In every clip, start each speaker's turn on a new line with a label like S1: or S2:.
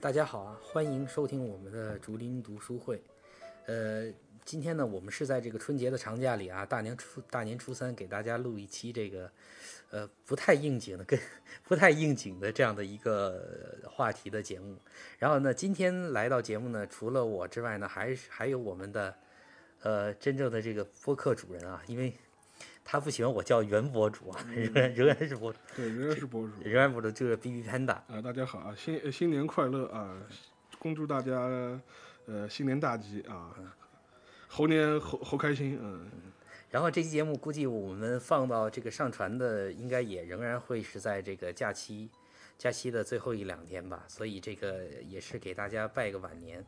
S1: 大家好啊，欢迎收听我们的竹林读书会。呃，今天呢，我们是在这个春节的长假里啊，大年初大年初三给大家录一期这个，呃，不太应景的 跟不太应景的这样的一个呃话题的节目。然后呢，今天来到节目呢，除了我之外呢，还是还有我们的，呃，真正的这个播客主人啊，因为他不喜欢我叫原博主啊，仍然仍然是博主，
S2: 对，仍然是博主
S1: 仍然博主就是 B B Panda。
S2: 啊、大家好啊，新呃新年快乐啊！恭祝大家呃新年大吉啊！猴年猴猴开心，嗯，
S1: 然后这期节目估计我们放到这个上传的，应该也仍然会是在这个假期假期的最后一两天吧，所以这个也是给大家拜个晚年。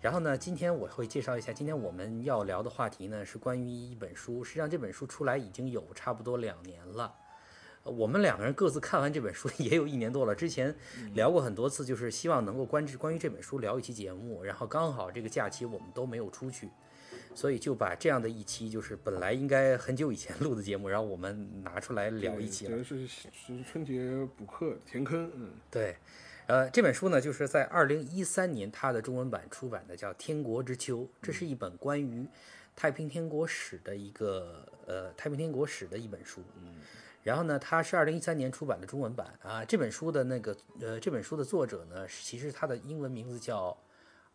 S1: 然后呢，今天我会介绍一下，今天我们要聊的话题呢是关于一本书，实际上这本书出来已经有差不多两年了。呃我们两个人各自看完这本书 也有一年多了，之前聊过很多次，就是希望能够关注关于这本书聊一期节目，然后刚好这个假期我们都没有出去，所以就把这样的一期，就是本来应该很久以前录的节目，然后我们拿出来聊一期
S2: 对
S1: 了。
S2: 等于是是春节补课填坑，嗯，
S1: 对，呃，这本书呢，就是在二零一三年它的中文版出版的，叫《天国之秋》，这是一本关于太平天国史的一个呃太平天国史的一本书。嗯。然后呢，它是二零一三年出版的中文版啊。这本书的那个呃，这本书的作者呢，是其实他的英文名字叫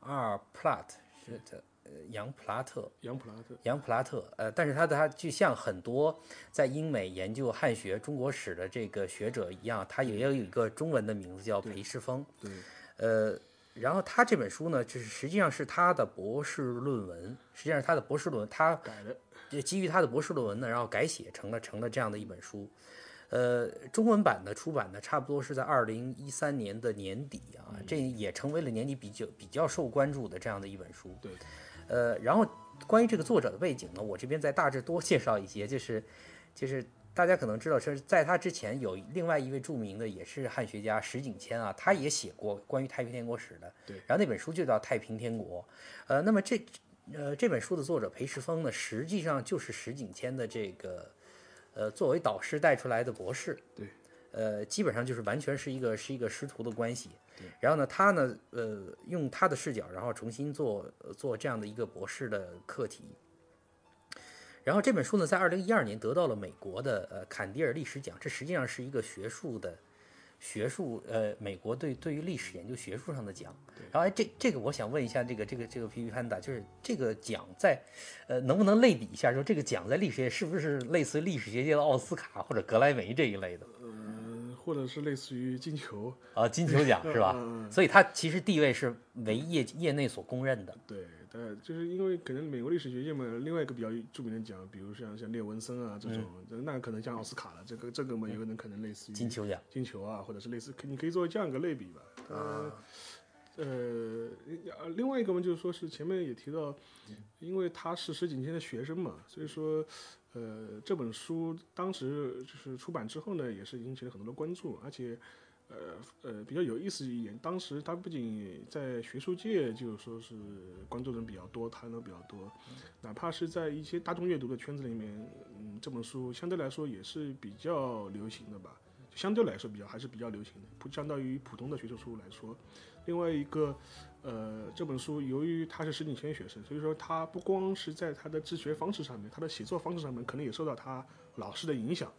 S1: 阿尔普拉特，是的，呃杨普拉特。
S2: 杨普拉特，
S1: 杨普拉特，呃，但是他他就像很多在英美研究汉学、中国史的这个学者一样，他也有一个中文的名字叫裴世峰，
S2: 对，
S1: 呃，然后他这本书呢，就是实际上是他的博士论文，实际上是他的博士论文，他
S2: 改的，
S1: 就基于他的博士论文呢，然后改写成了成了这样的一本书。呃，中文版的出版呢，差不多是在二零一三年的年底啊，
S2: 嗯
S1: 这也成为了年底比较比较受关注的这样的一本书。
S2: 对，
S1: 呃，然后关于这个作者的背景呢，我这边再大致多介绍一些，就是就是大家可能知道，就是在他之前有另外一位著名的也是汉学家石景谦啊，他也写过关于太平天国史的，
S2: 对
S1: 然后那本书就叫《太平天国》，呃，那么这呃这本书的作者裴世峰呢，实际上就是石景谦的这个呃作为导师带出来的博士，
S2: 对，
S1: 呃，基本上就是完全是一个是一个师徒的关系。然后呢，他呢，呃，用他的视角，然后重新做呃做这样的一个博士的课题。然后这本书呢，在二零一二年得到了美国的呃坎迪尔历史奖，这实际上是一个学术的学术呃美国对对于历史研究学术上的奖。然后哎，这这个我想问一下这个这个这个皮皮潘达，就是这个奖在呃能不能类比一下，说这个奖在历史界是不是类似于历史学界的奥斯卡或者格莱美这一类的？
S2: 嗯，或者是类似于金球，
S1: 啊，金球奖是吧
S2: 嗯？
S1: 所以它其实地位是为业业内所公认的。
S2: 对，但就是因为可能美国历史学界嘛，另外一个比较著名的奖，比如像像列文森啊这种，那可能像奥斯卡了，这个这个嘛，有可能可能类似于
S1: 金嗯球奖，
S2: 金球啊，或者是类似，可你可以作为这样一个类比吧。呃，呃，呃另外一个嘛，就是说是前面也提到，因为他是石景谦的学生嘛，所以说，呃，这本书当时就是出版之后呢，也是引起了很多的关注，而且。呃呃，比较有意思一点，当时他不仅在学术界就是说是关注的人比较多，谈论比较多，哪怕是在一些大众阅读的圈子里面，嗯，这本书相对来说也是比较流行的吧。相对来说比较还是比较流行的，不相当于普通的学术书来说。另外一个，呃，这本书由于他是石景谦学生，所以说他不光是在他的治学方式上面，他的写作方式上面，可能也受到他老师的影响。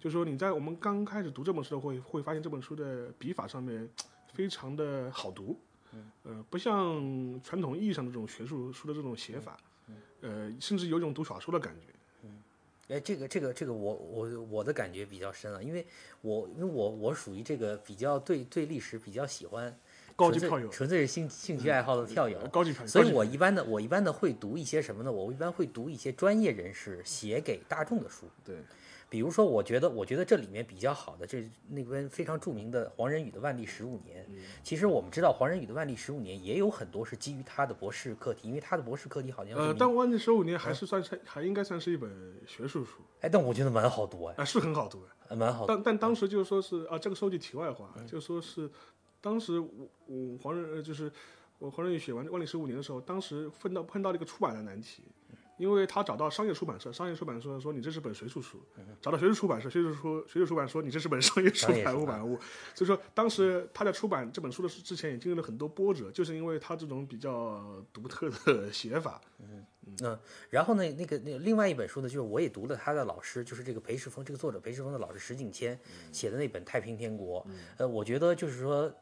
S2: 就说你在我们刚开始读这本书的会会发现这本书的笔法上面非常的好读，
S1: 嗯
S2: 呃，不像传统意义上的这种学术书的这种写法，
S1: 嗯
S2: 呃，甚至有一种读小说的感觉。
S1: 哎，这个这个这个我我我的感觉比较深啊，因为我因为我我属于这个比较对对历史比较喜欢
S2: 高
S1: 纯
S2: 级
S1: 粹
S2: 票友，嗯
S1: 纯粹是兴兴趣爱好的票友。
S2: 高级票友，
S1: 所
S2: 高
S1: 以
S2: 级
S1: 我一般的我一般的会读一些什么呢？我一般会读一些专业人士写给大众的书。
S2: 对，
S1: 比如说，我觉得我觉得这里面比较好的，这那边非常著名的黄仁宇的《万历十五年》。其实我们知道，黄仁宇的《万历十五年》也有很多是基于他的博士课题，因为他的博士课题好像是嗯
S2: 呃，
S1: 民
S2: 但《万历十五年》还是算是还应该算是一本学术书，
S1: 哎，但我觉得蛮好读哎
S2: 啊、，是很好读的。
S1: 呃蛮好读。嗯
S2: 但但当时就是说是啊，这个说句题外话，就说是当时我我
S1: 嗯
S2: 黄仁呃就是我黄仁宇写完《万历十五年》的时候，当时碰到碰到了一个出版的难题，因为他找到商业出版社，商业出版社说你这是本学术书，找到学术出版社，学术书学术出版说你这是本商业出
S1: 嗯商业
S2: 版
S1: 出
S2: 物
S1: 版
S2: 版物。所以说，当时他在出版这本书的之前也经历了很多波折，就是因为他这种比较独特的写法。
S1: 然后呢，那个那个另外一本书呢，就是我也读了他的老师，就是这个裴世峰，这个作者裴世峰的老师石景谦写的那本《太平天国》。呃，我觉得就是说，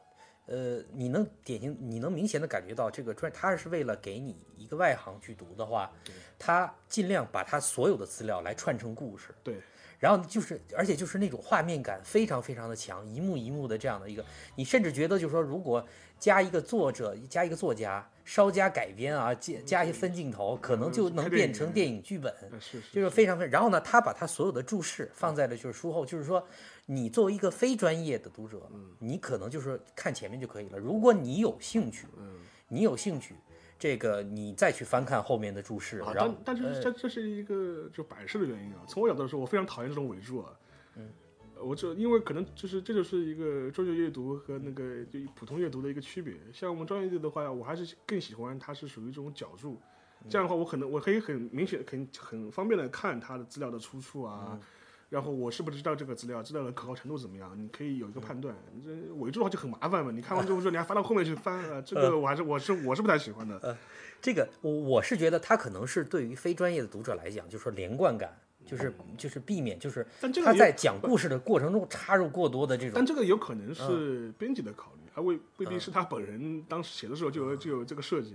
S1: 呃，你能典型，你能明显的感觉到这个专，他是为了给你一个外行去读的话，他尽量把他所有的资料来串成故事。
S2: 对，
S1: 然后就是，而且就是那种画面感非常非常的强，一幕一幕的这样的一个，你甚至觉得就是说，如果加一个作者，加一个作家，稍加改编啊，加加一些分镜头，可能就能变成嗯电影啊剧本，
S2: 呃是是，
S1: 就是非常非。然后呢，他把他所有的注释放在了就是书后，就是说，你作为一个非专业的读者，
S2: 嗯
S1: 你可能就是看前面就可以了。如果你有兴趣，
S2: 嗯
S1: 你有兴趣，这个你再去翻看后面的注释然
S2: 啊，，但
S1: 后呃
S2: 但是这这是一个就摆设的原因啊。从我角度来说，我非常讨厌这种伪著啊。嗯，我就因为可能就是这就是一个专业阅读和那个就普通阅读的一个区别。像我们专业阅读的话，我还是更喜欢它是属于这种角注。
S1: 嗯
S2: 这样的话，我可能我可以很明显、很很方便的看它的资料的出处啊，
S1: 嗯
S2: 然后我是不是知道这个资料，知道的可靠程度怎么样，你可以
S1: 嗯
S2: 有一个判断。你这伪著的话就很麻烦嘛，你看完 之后说你还翻到后面去翻啊，这个我还是我是我是不太喜欢的。
S1: 这个我我是觉得他可能是对于非专业的读者来讲，就是说连贯感，就是就是避免就是
S2: 嗯但这个
S1: 他
S2: 也
S1: 在讲故事的过程中插入过多的这种
S2: 但这个有可能是编辑的考虑，而未未必是他本人当时写的时候就有就有这个设计。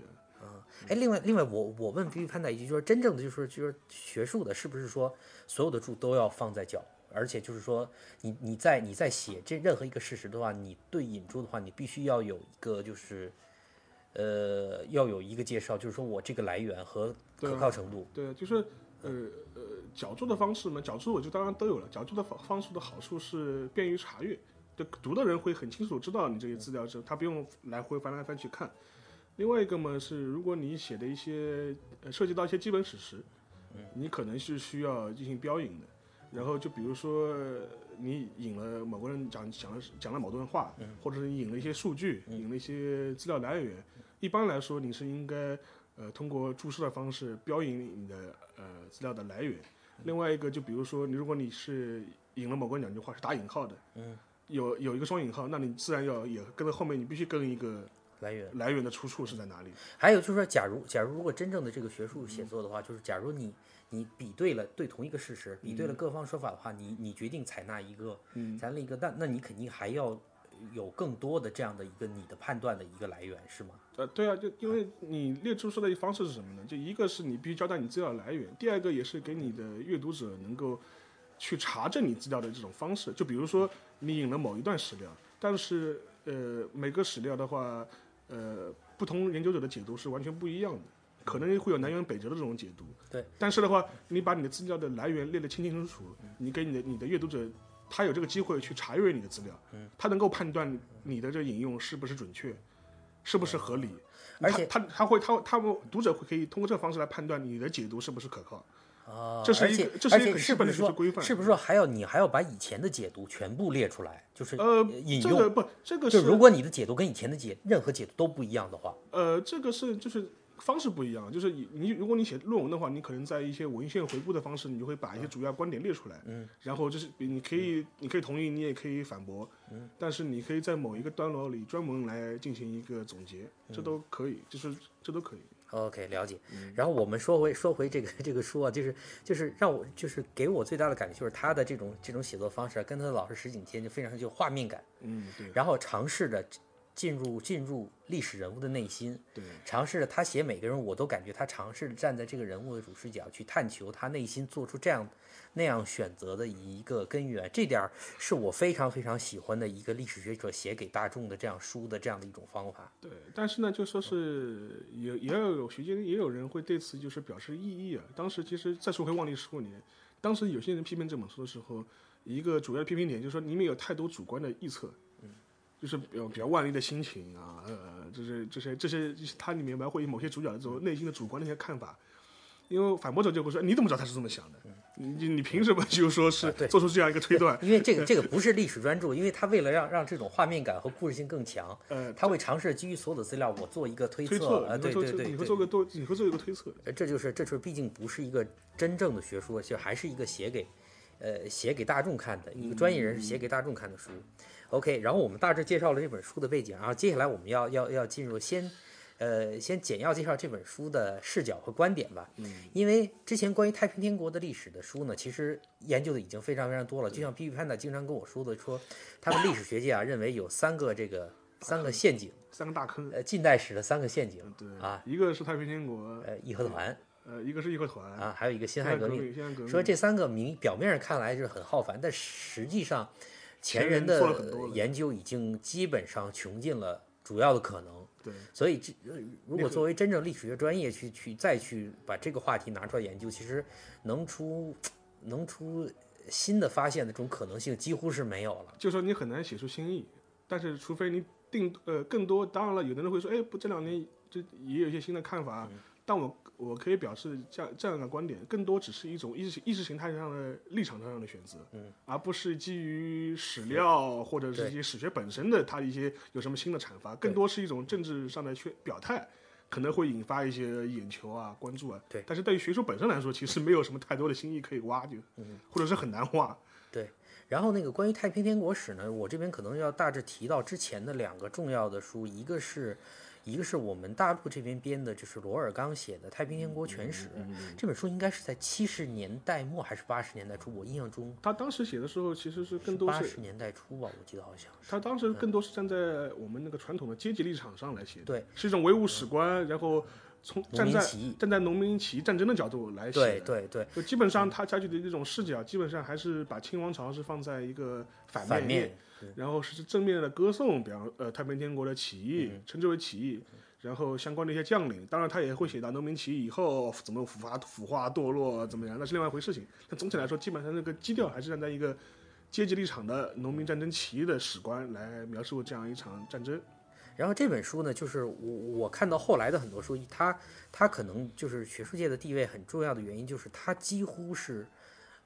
S1: 哎，另外，另外我，我问必须潘代一句，就是真正的就是就是学术的，是不是说所有的注都要放在脚？而且就是说你，你在你在写这任何一个事实的话，你对引注的话，你必须要有一个就是，呃，要有一个介绍，就是说我这个来源和可靠程度。
S2: 对，就是呃呃，脚注的方式嘛，脚注我就当然都有了。脚注的方方式的好处是便于查阅，就读的人会很清楚知道你这些资料是，他不用来回翻来翻去看。另外一个嘛是，如果你写的一些呃涉及到一些基本史实，你可能是需要进行标引的。然后就比如说呃你引了某个人讲讲了讲了某段话，或者是你引了一些数据，引了一些资料来源，一般来说你是应该呃通过注释的方式标引你的呃资料的来源。另外一个就比如说你如果你是引了某个人两句话是打引号的，嗯，有有一个双引号，那你自然要也跟着后面你必须跟一个
S1: 来源，
S2: 来源的出处是在哪里。
S1: 还有就是说，假如假如如果真正的这个学术
S2: 嗯
S1: 写作的话，就是假如你你比对了对同一个事实，比
S2: 嗯
S1: 对了各方说法的话，你你决定采纳一个，采纳一个，那那你肯定还要有更多的这样的一个你的判断的一个来源，是吗？
S2: 呃，对啊，就因为你列出说的方式是什么呢？就一个是你必须交代你资料来源，第二个也是给你的阅读者能够去查证你资料的这种方式。就比如说你引了某一段史料，但是呃每个史料的话，呃不同研究者的解读是完全不一样的。可能会有南辕北辙的这种解读，
S1: 对。
S2: 但是的话，你把你的资料的来源列得清清楚楚，你给你的你的阅读者，他有这个机会去查阅你的资料，
S1: 嗯
S2: 他能够判断你的这引用是不是准确，是不是合理，
S1: 而且
S2: 他他他会他他们读者会可以通过这个方式来判断你的解读是不是可靠。
S1: 啊，
S2: 这是一个
S1: 而
S2: 这
S1: 且
S2: 是
S1: 而
S2: 一
S1: 且
S2: 个很
S1: 是
S2: 基
S1: 不是
S2: 本的学术
S1: 说
S2: 规范嗯
S1: 是不是说还要你还要把以前的解读全部列出来，就是
S2: 呃，
S1: 引
S2: 这
S1: 用。
S2: 个不，这个
S1: 就是如果你的解读跟以前的解任何解读都不一样的话，
S2: 呃，这个是就是方式不一样，就是你你如果你写论文的话，你可能在一些文献回顾的方式，你就会把一些主要观点列出来，嗯，然后就是你可以、你可以同意，你也可以反驳，嗯，但是你可以在某一个段落里专门来进行一个总结，这都可以，就是这都可以。
S1: OK，了解。
S2: 嗯
S1: 然后我们说回说回这个这个书啊，就是就是让我就是给我最大的感觉就是他的这种这种写作方式啊，跟他的老师石景谦就非常有画面感，
S2: 嗯，对
S1: 然后尝试着进入进入历史人物的内心，
S2: 对，
S1: 尝试着他写每个人，我都感觉他尝试着站在这个人物的主视角去探求他内心做出这样那样选择的一个根源，这点儿是我非常非常喜欢的一个历史学者写给大众的这样书的这样的一种方法。
S2: 对，但是呢，
S1: 嗯
S2: 就说是也也要有学界也有人会对此就是表示异议啊。当时其实再说回《万历十五年》，当时有些人批评这本书的时候，一个主要的批评点就是说里面有太多主观的臆测，
S1: 嗯
S2: 就是比较比较万历的心情啊，呃，就是这些这些这些它里面
S1: 嗯
S2: 描绘某些主角的这种内心的主观的一些看法。因为反驳者就会说，你怎么知道他是这么想的？你你凭什么就说是
S1: 嗯啊对
S2: 做出这样一个推断？
S1: 因为这个这个不是历史专注，因为他为了让让这种画面感和故事性更强，
S2: 呃，
S1: 他会尝试基于所有的资料，我做一个推
S2: 推
S1: 测。
S2: 测，
S1: 啊，
S2: 你
S1: 对
S2: 会做
S1: 对
S2: 这，
S1: 对
S2: 你会
S1: 对
S2: 做，个多，你会做一个推测。
S1: 呃这就是这就是毕竟不是一个真正的学说，就还是一个写给，呃，写给大众看的一个专业人士写给大众看的书。OK，然后我们大致介绍了这本书的背景，然后接下来我们要要要进入先，呃，先简要介绍这本书的视角和观点吧。
S2: 嗯，
S1: 因为之前关于太平天国的历史的书呢，其实研究的已经非常非常多了。就像皮皮潘达经常跟我说的说，他们历史学界啊认为有三个这个三个陷阱，
S2: 三个大坑，
S1: 呃，近代史的三个陷阱
S2: 嗯，对
S1: 啊，
S2: 一个是太平天国，
S1: 呃，义和团
S2: 呃，一个是义和团，
S1: 啊，还有一个辛
S2: 辛
S1: 亥
S2: 亥
S1: 革命。
S2: 辛亥革命，
S1: 说这三个名表面上看来就是很浩繁，但实际上前人
S2: 前人做
S1: 的
S2: 了很多了
S1: 研究已经基本上穷尽了主要的可能。
S2: 对，
S1: 所以这呃如
S2: 那
S1: 果
S2: 是
S1: 作为真正历史学专业去去再去把这个话题拿出来研究，其实能出能出新的发现的这种可能性几乎是没有了。
S2: 就说你很难写出新意，但是除非你定呃更多，当然了，有的人会说，哎，不，这两年这也有一些新的看法，啊但我我可以表示这样这样的观点，更多只是一种意识意识形态上的立场上的选择，嗯，而不是基于史料或者是一些史学本身的它的一些有什么新的阐发，更多是一种政治上的宣表态。可能会引发一些眼球啊、关注啊，
S1: 对
S2: 但是对于学术本身来说，其实没有什么太多的新意可以挖，就，
S1: 嗯
S2: 或者是很难挖。
S1: 然后那个关于太平天国史呢，我这边可能要大致提到之前的两个重要的书，一个是。一个是我们大陆这边编的，就是罗尔刚写的《太平天国全史》
S2: 嗯
S1: 这本书，应该是在七十年代末还是八十年代初？我印象中
S2: 他当时写的时候，其实是更多
S1: 八
S2: 是
S1: 十年代初吧，我记得好像是。
S2: 他当时更多是站在我们那个传统的阶级立场上来写的，
S1: 对，
S2: 是一种唯物史观，然后从
S1: 农
S2: 站
S1: 民
S2: 在
S1: 起义
S2: 站在农民起义战争的角度来写
S1: 对
S2: 的。
S1: 对对，
S2: 就基本上他采取的这种视角，基本上还是把清王朝是放在一个反
S1: 反
S2: 面
S1: 面
S2: 然后是正面的歌颂，比方呃太平天国的起义，
S1: 嗯
S2: 称之为起义，然后相关的一些将领，当然他也会写到农民起义以后怎么腐化腐化堕落怎么样，那是另外一回事情。但总体来说，基本上那个基调还是站在一个阶级立场的农民战争起义的史观来描述这样一场战争。
S1: 然后这本书呢，就是我我看到后来的很多书，它它可能就是学术界的地位很重要的原因，就是它几乎是，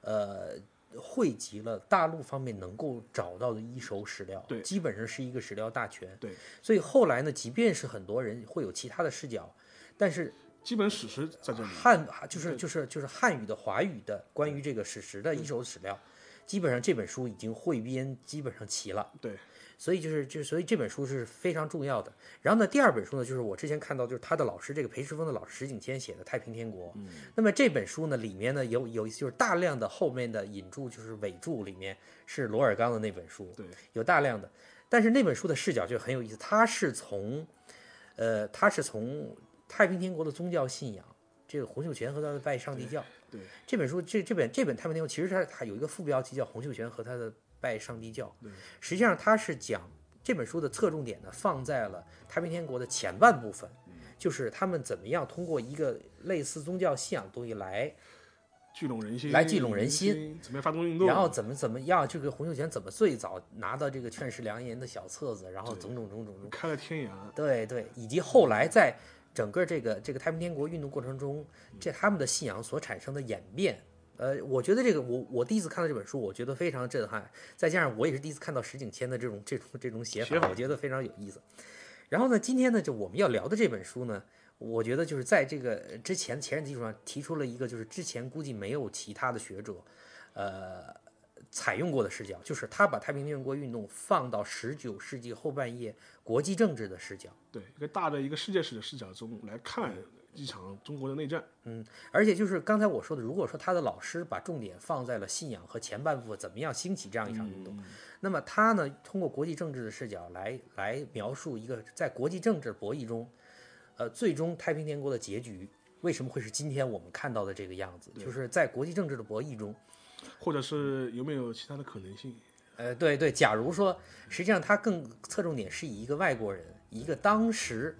S1: 呃，汇集了大陆方面能够找到的一手史料，
S2: 对
S1: 基本上是一个史料大全，
S2: 对，
S1: 所以后来呢，即便是很多人会有其他的视角，但是
S2: 基本史实在这里，
S1: 汉
S2: 嗯
S1: 就是就是就是汉语的华语的关于这个史实的一手史料，基本上这本书已经汇编基本上齐了。
S2: 对，
S1: 所以就是就所以这本书是非常重要的。然后呢，第二本书呢，就是我之前看到就是他的老师这个裴世峰的老师石景谦写的《太平天国》。嗯，那么这本书呢，里面呢有有就是大量的后面的引注，就是尾注里面是罗尔纲的那本书。
S2: 对，
S1: 有大量的，但是那本书的视角就很有意思，它是从，呃，它是从太平天国的宗教信仰，这个洪秀全和他的拜上帝教。
S2: 对对
S1: 这本书这这本这本太平天国其实它它有一个副标题叫《洪秀全和他的拜上帝教》
S2: 对，
S1: 实际上它是讲这本书的侧重点呢放在了太平天国的前半部分。
S2: 嗯
S1: 就是他们怎么样通过一个类似宗教信仰的东西来，
S2: 聚拢人心，
S1: 来聚拢人心
S2: 心，怎么样发动运动？
S1: 然后怎么怎么样，这个洪秀全怎么最早拿到这个《劝世良言》的小册子，然后
S2: 对
S1: 种种种种种
S2: 开了天涯，
S1: 对对，以及后来在整个这个这个太平天国运动过程中，这他们的信仰所产生的演变。呃，我觉得这个我我第一次看到这本书，我觉得非常震撼。再加上我也是第一次看到石景谦的这种这种这种写
S2: 写
S1: 法，
S2: 法
S1: 我觉得非常有意思。然后呢，今天呢，就我们要聊的这本书呢，我觉得就是在这个呃之前前人基础上提出了一个，就是之前估计没有其他的学者，呃，采用过的视角，就是他把太平天国运动放到十九世纪后半叶国际政治的视角。
S2: 对一个大的一个世界史的视角中来看一场中国的内战。
S1: 而且就是刚才我说的，如果说他的老师把重点放在了信仰和前半部分怎么样兴起这样一场运动，那么他呢，通过国际政治的视角来来描述一个在国际政治博弈中，呃，最终太平天国的结局为什么会是今天我们看到的这个样子？就是在国际政治的博弈中，
S2: 或者是有没有其他的可能性？
S1: 呃，对对，假如说，实际上他更侧重点是以一个外国人，一个当时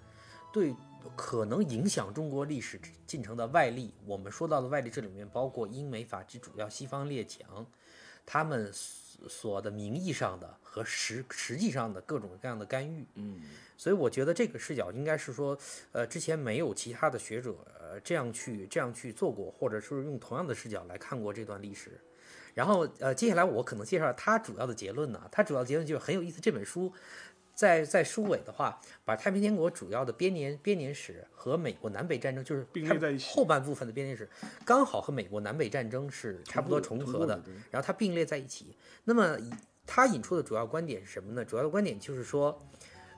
S1: 对可能影响中国历史进程的外力，我们说到的外力，这里面包括英美法之主要西方列强，他们所所的名义上的和实实际上的各种各样的干预。
S2: 嗯
S1: 所以我觉得这个视角应该是说，呃，之前没有其他的学者呃这样去这样去做过，或者是用同样的视角来看过这段历史。然后呃，接下来我可能介绍他主要的结论呢、他主要结论就是很有意思，这本书。在在书尾的话，把太平天国主要的编年编年史和美国南北战争就是
S2: 并
S1: 它
S2: 列在一起
S1: 后半部分的编年史刚好和美国南北战争是差不多重合的，
S2: 同步
S1: 然后它并列在一起。那么以他引出的主要观点是什么呢？主要观点就是说，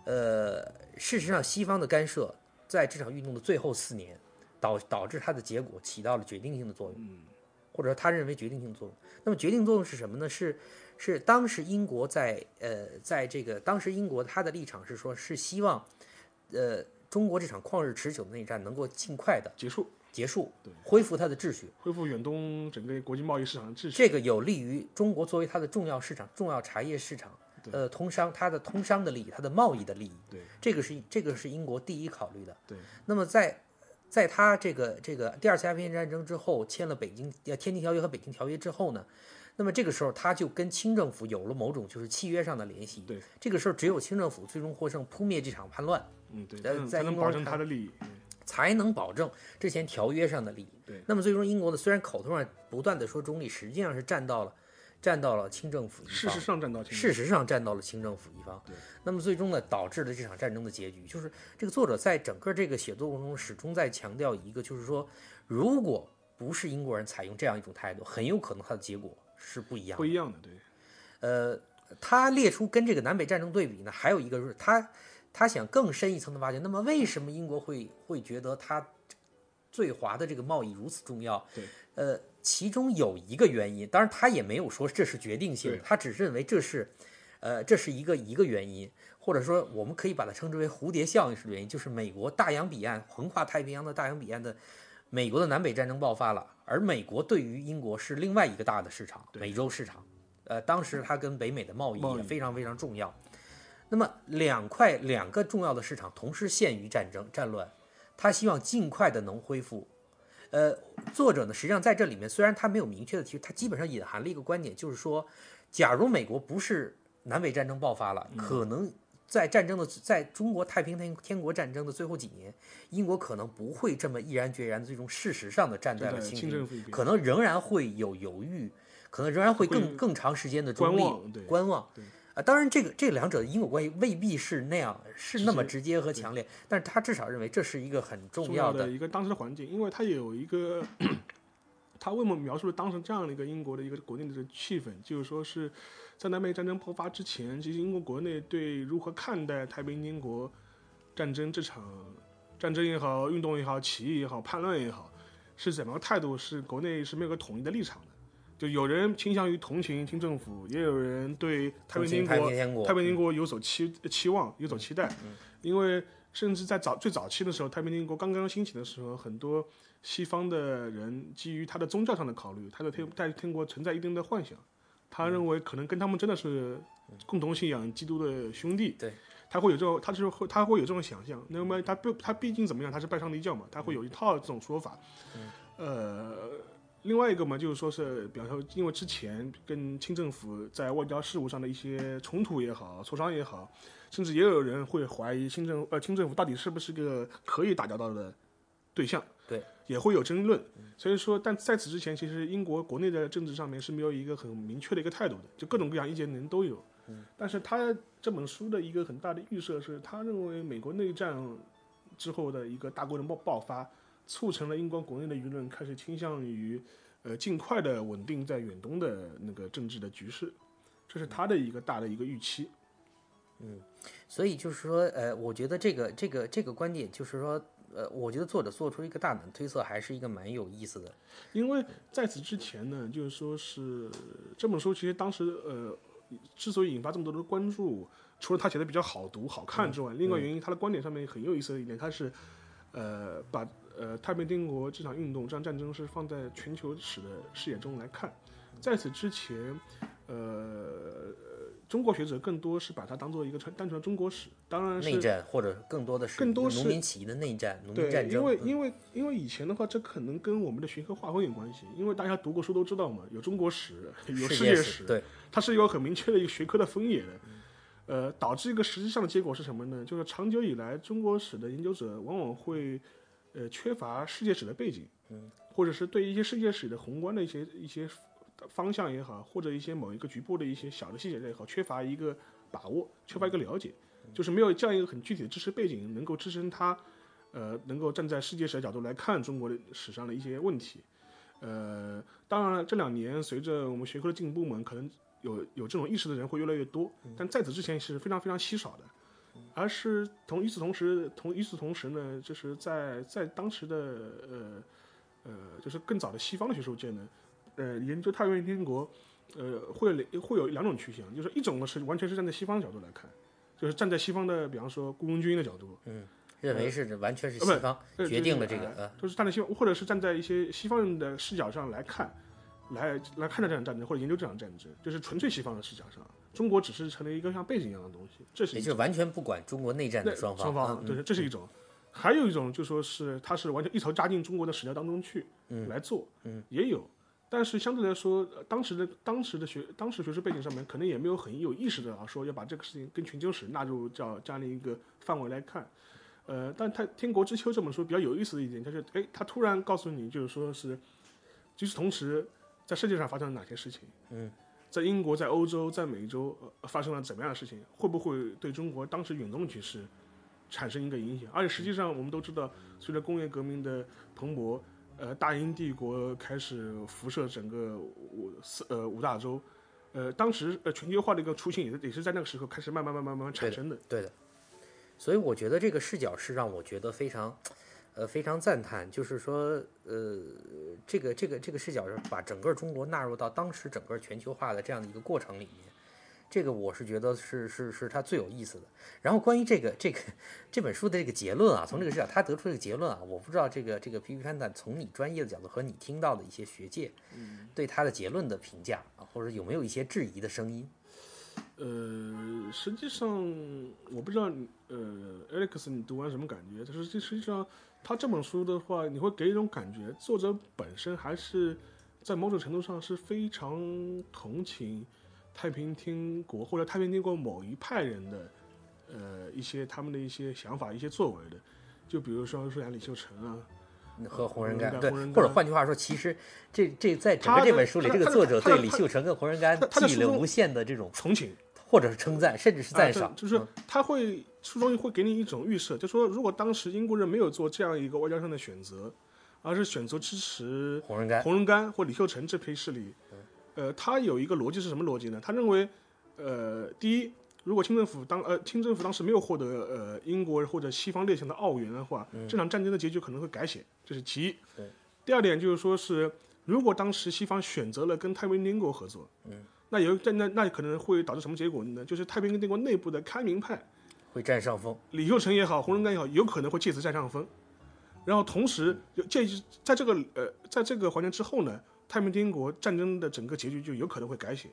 S1: 呃，事实上西方的干涉在这场运动的最后四年，导导致它的结果起到了决定性的作用，
S2: 嗯
S1: 或者说他认为决定性作用。那么决定作用是什么呢？是是当时英国在呃在这个当时英国它的立场是说，是希望呃中国这场旷日持久的内战能够尽快的
S2: 结束，
S1: 结束
S2: 对，
S1: 恢复它的秩序。
S2: 恢复远东整个国际贸易市场的秩序。
S1: 这个有利于中国作为它的重要市场、重要茶叶市场，呃，通商它的通商的利益、它的贸易的利益，
S2: 对
S1: 这个是这个是英国第一考虑的。
S2: 对，
S1: 那么在在他这个这个第二次鸦片战争之后，签了北京呃天津条约和北京条约之后呢，那么这个时候他就跟清政府有了某种就是契约上的联系。
S2: 对，
S1: 这个时候只有清政府最终获胜，扑灭这场叛乱。
S2: 嗯对，
S1: 呃
S2: 才能
S1: 在
S2: 才能
S1: 英国
S2: 保证
S1: 看
S2: 他的利益。
S1: 才能保证之前条约上的利益。
S2: 对，
S1: 那么最终英国呢，虽然口头上不断的说中立，实际上是站到了站到了清政府一方，
S2: 事实上站到前面
S1: 事实上站到了清政府一方
S2: 对。
S1: 那么最终呢，导致了这场战争的结局，就是这个作者在整个这个写作过程中始终在强调一个，就是说，如果不是英国人采用这样一种态度，很有可能它的结果是不一样的
S2: 不。一样的，对
S1: 呃，他列出跟这个南北战争对比呢，还有一个就是他他想更深一层的挖掘。那么为什么英国会会觉得他对华的这个贸易如此重要？
S2: 对，
S1: 呃，其中有一个原因，当然他也没有说这是决定性的
S2: 对，
S1: 他只是认为这是。呃，这是一个一个原因，或者说我们可以把它称之为蝴蝶效应式的原因，就是美国大洋彼岸横跨太平洋的大洋彼岸的美国的南北战争爆发了，而美国对于英国是另外一个大的市场，
S2: 对
S1: 美洲市场。呃，当时它跟北美的贸易
S2: 贸
S1: 也
S2: 易
S1: 非常非常重要。那么两块两个重要的市场同时陷于战争战乱，他希望尽快的能恢复。呃，作者呢，实际上在这里面虽然他没有明确的提出，他基本上隐含了一个观点，就是说，假如美国不是南北战争爆发了，可
S2: 嗯
S1: 能在战争的在中国太平天天国战争的最后几年，英国可能不会这么毅然决然的最终事实上的站在
S2: 站
S1: 了
S2: 在
S1: 清
S2: 清
S1: 廷
S2: 政府一边。
S1: 可能仍然会有犹豫，可能仍然会更
S2: 会
S1: 更长时间的中立
S2: 观望对
S1: 观望
S2: 对
S1: 啊，当然，这个这两者的因果关系未必是那样，是
S2: 直
S1: 那么
S2: 接
S1: 直接和强烈，但是他至少认为这是一个很重
S2: 重
S1: 要
S2: 的
S1: 的，
S2: 一个当时的环境，因为它有一个， 他为我们描述了当时这样的一个英国的一个国内的这个气氛，就是说是在南北战争爆发之前，其实英国国内对如何看待太平天国战争这场战争也好、运动也好、起义也好、叛乱也好，是怎么个态度，是国内是没有个统一的立场的。就有人倾向于同情清政府，也有人对太
S1: 同
S2: 平
S1: 情
S2: 天国
S1: 太平天国，
S2: 太平天国有所期期望，有所期待，因为甚至在早最早期的时候，太平天国刚刚兴起的时候，很多西方的人基于他的宗教上的考虑，他对天太平天国存在一定的幻想，他认为可能跟他们真的是共同信仰基督的兄弟，
S1: 对，
S2: 他会有这种，他就是会他会有这种想象。那么他毕他毕竟怎么样，他是拜上帝教嘛，他会有一套这种说法，呃。另外一个嘛，就是说是，比方说，因为之前跟清政府在外交事务上的一些冲突也好、磋商也好，甚至也有人会怀疑清政呃清政府到底是不是个可以打交道的对象，
S1: 对，
S2: 也会有争论。所以说，但在此之前，其实英国国内的政治上面是没有一个很明确的一个态度的，就各种各样意见的人都有。但是他这本书的一个很大的预设是，他认为美国内战之后的一个大规模爆爆发，促成了英国国内的舆论开始倾向于，呃，尽快的稳定在远东的那个政治的局势，这是他的一个大的一个预期。
S1: 所以就是说，呃，我觉得这个这个这个观点就是说，呃，我觉得作者做出一个大胆的推测，还是一个蛮有意思的。
S2: 因为在此之前呢，就是说是这本书其实当时呃，之所以引发这么多的关注，除了他写的比较好读、好看之外，另外原因他的观点上面很有意思的一点，他是呃把呃太平天国这场运动、这场战争是放在全球史的视野中来看。在此之前，呃，中国学者更多是把它当做一个纯单纯的中国史，当然
S1: 内
S2: 嗯是
S1: 战或者更多的是
S2: 更多
S1: 农
S2: 是
S1: 民起义的内战、农民
S2: 对，
S1: 战
S2: 因
S1: 争。嗯
S2: 为因为因为以前的话，这可能跟我们的学科划分有关系，因为大家读过书都知道嘛，有中国史，有
S1: 世
S2: 世界
S1: 史，对，
S2: 它是有很明确的一个学科的分野的。呃，导致一个实际上的结果是什么呢？就是长久以来，中国史的研究者往往会，呃，缺乏世界史的背景，嗯，或者是对一些世界史的宏观的一些一些方向也好，或者一些某一个局部的一些小的细节也好，缺乏一个把握，缺乏一个了解，就是没有这样一个很具体的知识背景，能够支撑他，呃，能够站在世界史的角度来看中国的史上的一些问题。呃，当然了，这两年随着我们学科的进步嘛，可能有有这种意识的人会越来越多，但在此之前是非常非常稀少的。而是同与此同时，同与此同时呢，就是在在当时的呃呃，就是更早的西方的学术界呢，呃，研究太原天国，呃，会有两会有两种趋向，就是一种呢是完全是站在西方的角度来看，就是站在西方的，比方说雇佣军的角度，
S1: 认为是完全是
S2: 呃不
S1: 西方
S2: 呃
S1: 决定了
S2: 就
S1: 这
S2: 是
S1: 个
S2: 呃
S1: 呃
S2: 就是站在西方，或者是站在一些西方人的视角上来看，来来看待这场战争，或者研究这场战争，就是纯粹西方的视角上，中国只是成了一个像背景一样的东西，这是
S1: 也
S2: 一
S1: 就是完全不管中国内战
S2: 那
S1: 的双
S2: 双
S1: 方，啊嗯
S2: 对，这是一种。还有一种就说是它是完全一头扎进中国的史料当中去，来做，嗯，也有。但是相对来说，呃当时的当时的学当时学术背景上面，可能也没有很有意识的啊，说要把这个事情跟全球史纳入叫这样的一个范围来看。呃，但他《天国之秋》这本书比较有意思的一点，就是哎，他突然告诉你，就是说是，与此同时，在世界上发生了哪些事情，嗯，在英国、在欧洲、在美洲、呃、发生了怎么样的事情，会不会对中国当时远东的局势产生一个影响？而且实际上，我们都知道，随着工业革命的蓬勃，呃，大英帝国开始辐射整个五四呃五大洲，呃，当时呃全球化的一个雏形也是也是在那个时候开始慢慢慢慢慢慢产生的。
S1: 对的。所以我觉得这个视角是让我觉得非常，呃，非常赞叹，就是说，呃，这个这个这个视角是把整个中国纳入到当时整个全球化的这样的一个过程里面，这个我是觉得是是是它最有意思的。然后关于这个这个这本书的这个结论啊，从这个视角他得出这个结论啊，我不知道这个这个皮皮潘坦从你专业的角度和你听到的一些学界，对他的结论的评价啊，或者有没有一些质疑的声音？
S2: 呃，实际上我不知道你，呃，Alex，你读完什么感觉？就是这实际上，他这本书的话，你会给一种感觉，作者本身还是在某种程度上是非常同情太平天国或者太平天国某一派人的，呃，一些他们的一些想法、一些作为的。就比如说说像李秀成啊，
S1: 和红人
S2: 红人
S1: 干
S2: 干
S1: 对
S2: 红人，
S1: 或者
S2: 干
S1: 换句话说，其实这这在整
S2: 他
S1: 个这
S2: 的
S1: 本书里，
S2: 他
S1: 这个
S2: 的他的
S1: 作者
S2: 他的
S1: 对李
S2: 他
S1: 秀成跟红人干
S2: 他他的
S1: 寄
S2: 书
S1: 了
S2: 中
S1: 无限的这种，
S2: 同情。
S1: 或者是称赞，甚至是赞
S2: 啊
S1: 赏。
S2: 对就是
S1: 嗯
S2: 他会书中会给你一种预设，就说如果当时英国人没有做这样一个外交上的选择，而是选择支持
S1: 红人干，嗯
S2: 洪荣干或李秀成这批势力，呃，他有一个逻辑是什么逻辑呢？他认为，呃，第一，如果清政府当呃清政府当时没有获得呃英国或者西方列强的澳元的话，
S1: 嗯
S2: 这场战争的结局可能会改写，这是其一。第二点就是说是，如果当时西方选择了跟太平天国合作，
S1: 嗯
S2: 那有那那那可能会导致什么结果呢？就是太平天国内部的开明派。
S1: 会占上风。
S2: 李秀成也好，洪仁干也好，有可能会借此占上风。然后同时，有借在这个呃，在这个环节之后呢，太平天国战争的整个结局就有可能会改写。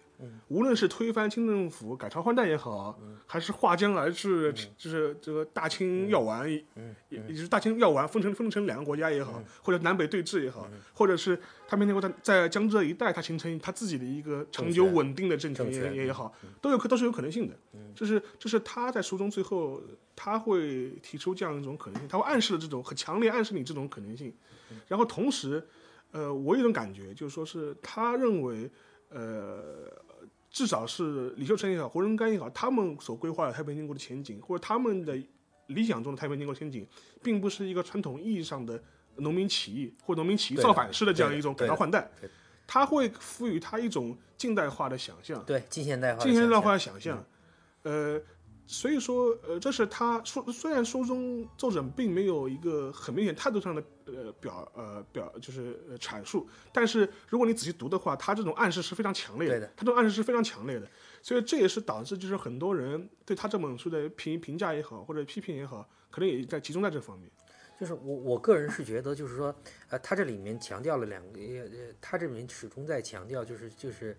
S2: 无论是推翻清政府、改朝换代也好，还是划江而治，就是这个大清药丸，也也就是大清药丸分成分成两个国家也好，或者南北对峙也好，或者是太平天国在在江浙一带它形成它自己的一个长久
S1: 政权
S2: 稳定的政权
S1: 政
S2: 也
S1: 权
S2: 也也好，都有可都是有可能性的。就是就是他在书中最后他会提出这样一种可能性，他会暗示了这种很强烈暗示你这种可能性，然后同时，呃，我有一种感觉，就是说是他认为，呃，至少是李秀成也好，胡仁干也好，他们所规划的太平天国的前景，或者他们的理想中的太平天国前景，并不是一个传统意义上的农民起义或农民起义
S1: 对的
S2: 造反式的这样一种
S1: 对
S2: 改
S1: 的
S2: 朝换代
S1: 对的，
S2: 他会赋予他一种近代化的想象。
S1: 对，近现代化的
S2: 进
S1: 想象，嗯
S2: 行浪花的想象。呃，所以说，呃，这是他说，虽然书中呃作者并没有一个很明显态度上的呃表呃表就是呃阐述，但是如果你仔细读的话，他这种暗示是非常强烈
S1: 对的
S2: 他这种暗示是非常强烈的，所以这也是导致就是很多人对他这本书的评评价也好，或者批评也好，可能也在集中在这方面。
S1: 就是我我个人是觉得，就是说，呃呃，他这里面强调了两个，呃，他这里面始终在强调，就是就是，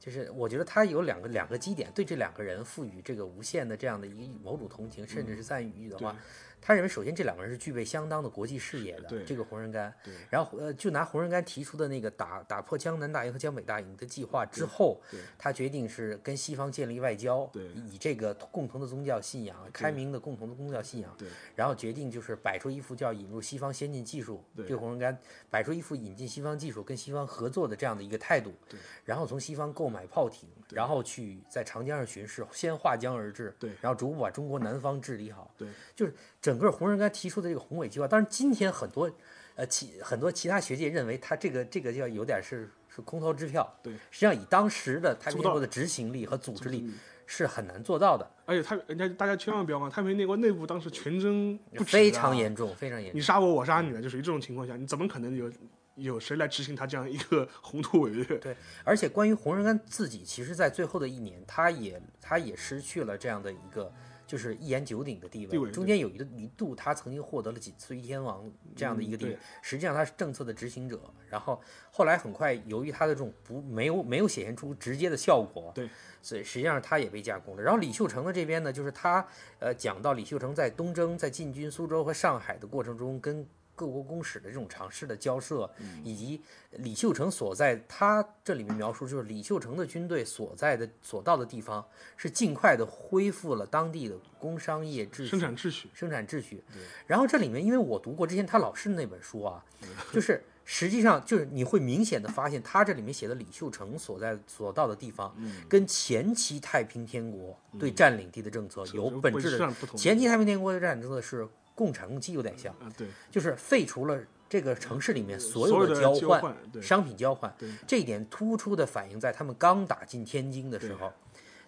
S1: 就是我觉得他有两个两个基点，对这两个人赋予这个无限的这样的一个某种同情，甚至
S2: 嗯
S1: 是赞誉的话，他认为首先这两个人是具备相当的国际视野的，
S2: 对
S1: 这个胡润干
S2: 对。
S1: 然后呃，就拿胡润干提出的那个打打破江南大营和江北大营的计划之后
S2: 对，
S1: 他决定是跟西方建立外交
S2: 对，
S1: 以这个共同的宗教信仰，开明的共同的宗教信仰，
S2: 对
S1: 然后决定就是摆出一副叫引入西方先进技术，
S2: 对
S1: 对红人干摆出一副引进西方技术、跟西方合作的这样的一个态度，
S2: 对，
S1: 然后从西方购买炮艇，然后去在长江上巡视，先划江而治，
S2: 对
S1: 然后逐步把中国南方治理好，
S2: 对，
S1: 就是整个红人干提出的这个宏伟计划。当然，今天很多呃其很多其他学界认为他这个这个叫有点是是空头支票，
S2: 对
S1: 实际上以当时的太平
S2: 做
S1: 天
S2: 到
S1: 国的执行力和组织力
S2: 力
S1: 是很难做到的，
S2: 而且太人家大家千万不要忘，太平天国内部当时全争不止、啊，
S1: 非常严重，非常严重。
S2: 你杀我，我杀你了，啊就属于这种情况下，你怎么可能有有谁来执行他这样一个 宏图伟略？
S1: 对，而且关于洪仁干自己，其实在最后的一年，他也他也失去了这样的一个就是一言九鼎的地位。
S2: 地位
S1: 中间有一个一度，他曾经获得了几次一天王这样的一个地位，
S2: 嗯对
S1: 实际上他是政策的执行者。然后后来很快，由于他的这种不没有没有显现出直接的效果，
S2: 对，
S1: 所以实际上他也被架空了。然后李秀成的这边呢，就是他呃讲到李秀成在东征、在进军苏州和上海的过程中跟。各国公使的这种尝试的交涉，以及李秀成所在，他这里面描述就是李秀成的军队所在的所到的地方，是尽快的恢复了当地的工商业秩序
S2: 生、产秩序，
S1: 生产秩序。然后这里面，因为我读过之前他老师的那本书啊，就是实际上就是你会明显的发现，他这里面写的李秀成所在所到的地方，
S2: 嗯
S1: 跟前期太平天国对占领地的政策有本质的。
S2: 上不同
S1: 前期太平天国对占领政策是共产共济有点像，
S2: 啊，对，
S1: 就是废除了这个城市里面所
S2: 嗯有
S1: 的
S2: 的
S1: 交
S2: 换，
S1: 换、
S2: 对
S1: 商品交换
S2: 对，
S1: 这一点突出的反映在他们刚打进天津的时候。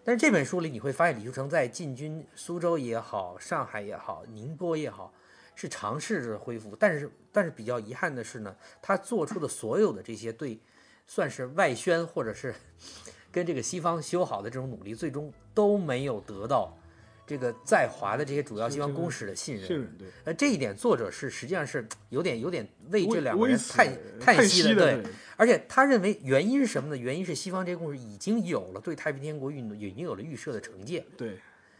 S1: 但是这本书里你会发现，李秀成在进军苏州也好、上海也好、宁波也好，是尝试着恢复，但是但是比较遗憾的是呢，他做出的所有的这些对，算是外宣或者是跟这个西方修好的这种努力，最终都没有得到这个在华的这些主要西方公使的信任。
S2: 信任对，
S1: 呃，这一点作者是实际上是有点有点为这两个
S2: 微
S1: 人
S2: 死
S1: 叹
S2: 叹
S1: 息的，
S2: 的
S1: 对。，而且他认为原因是什么呢？原因是西方这些故事已经有了对太平天国运动已经有了预设的惩戒。
S2: 对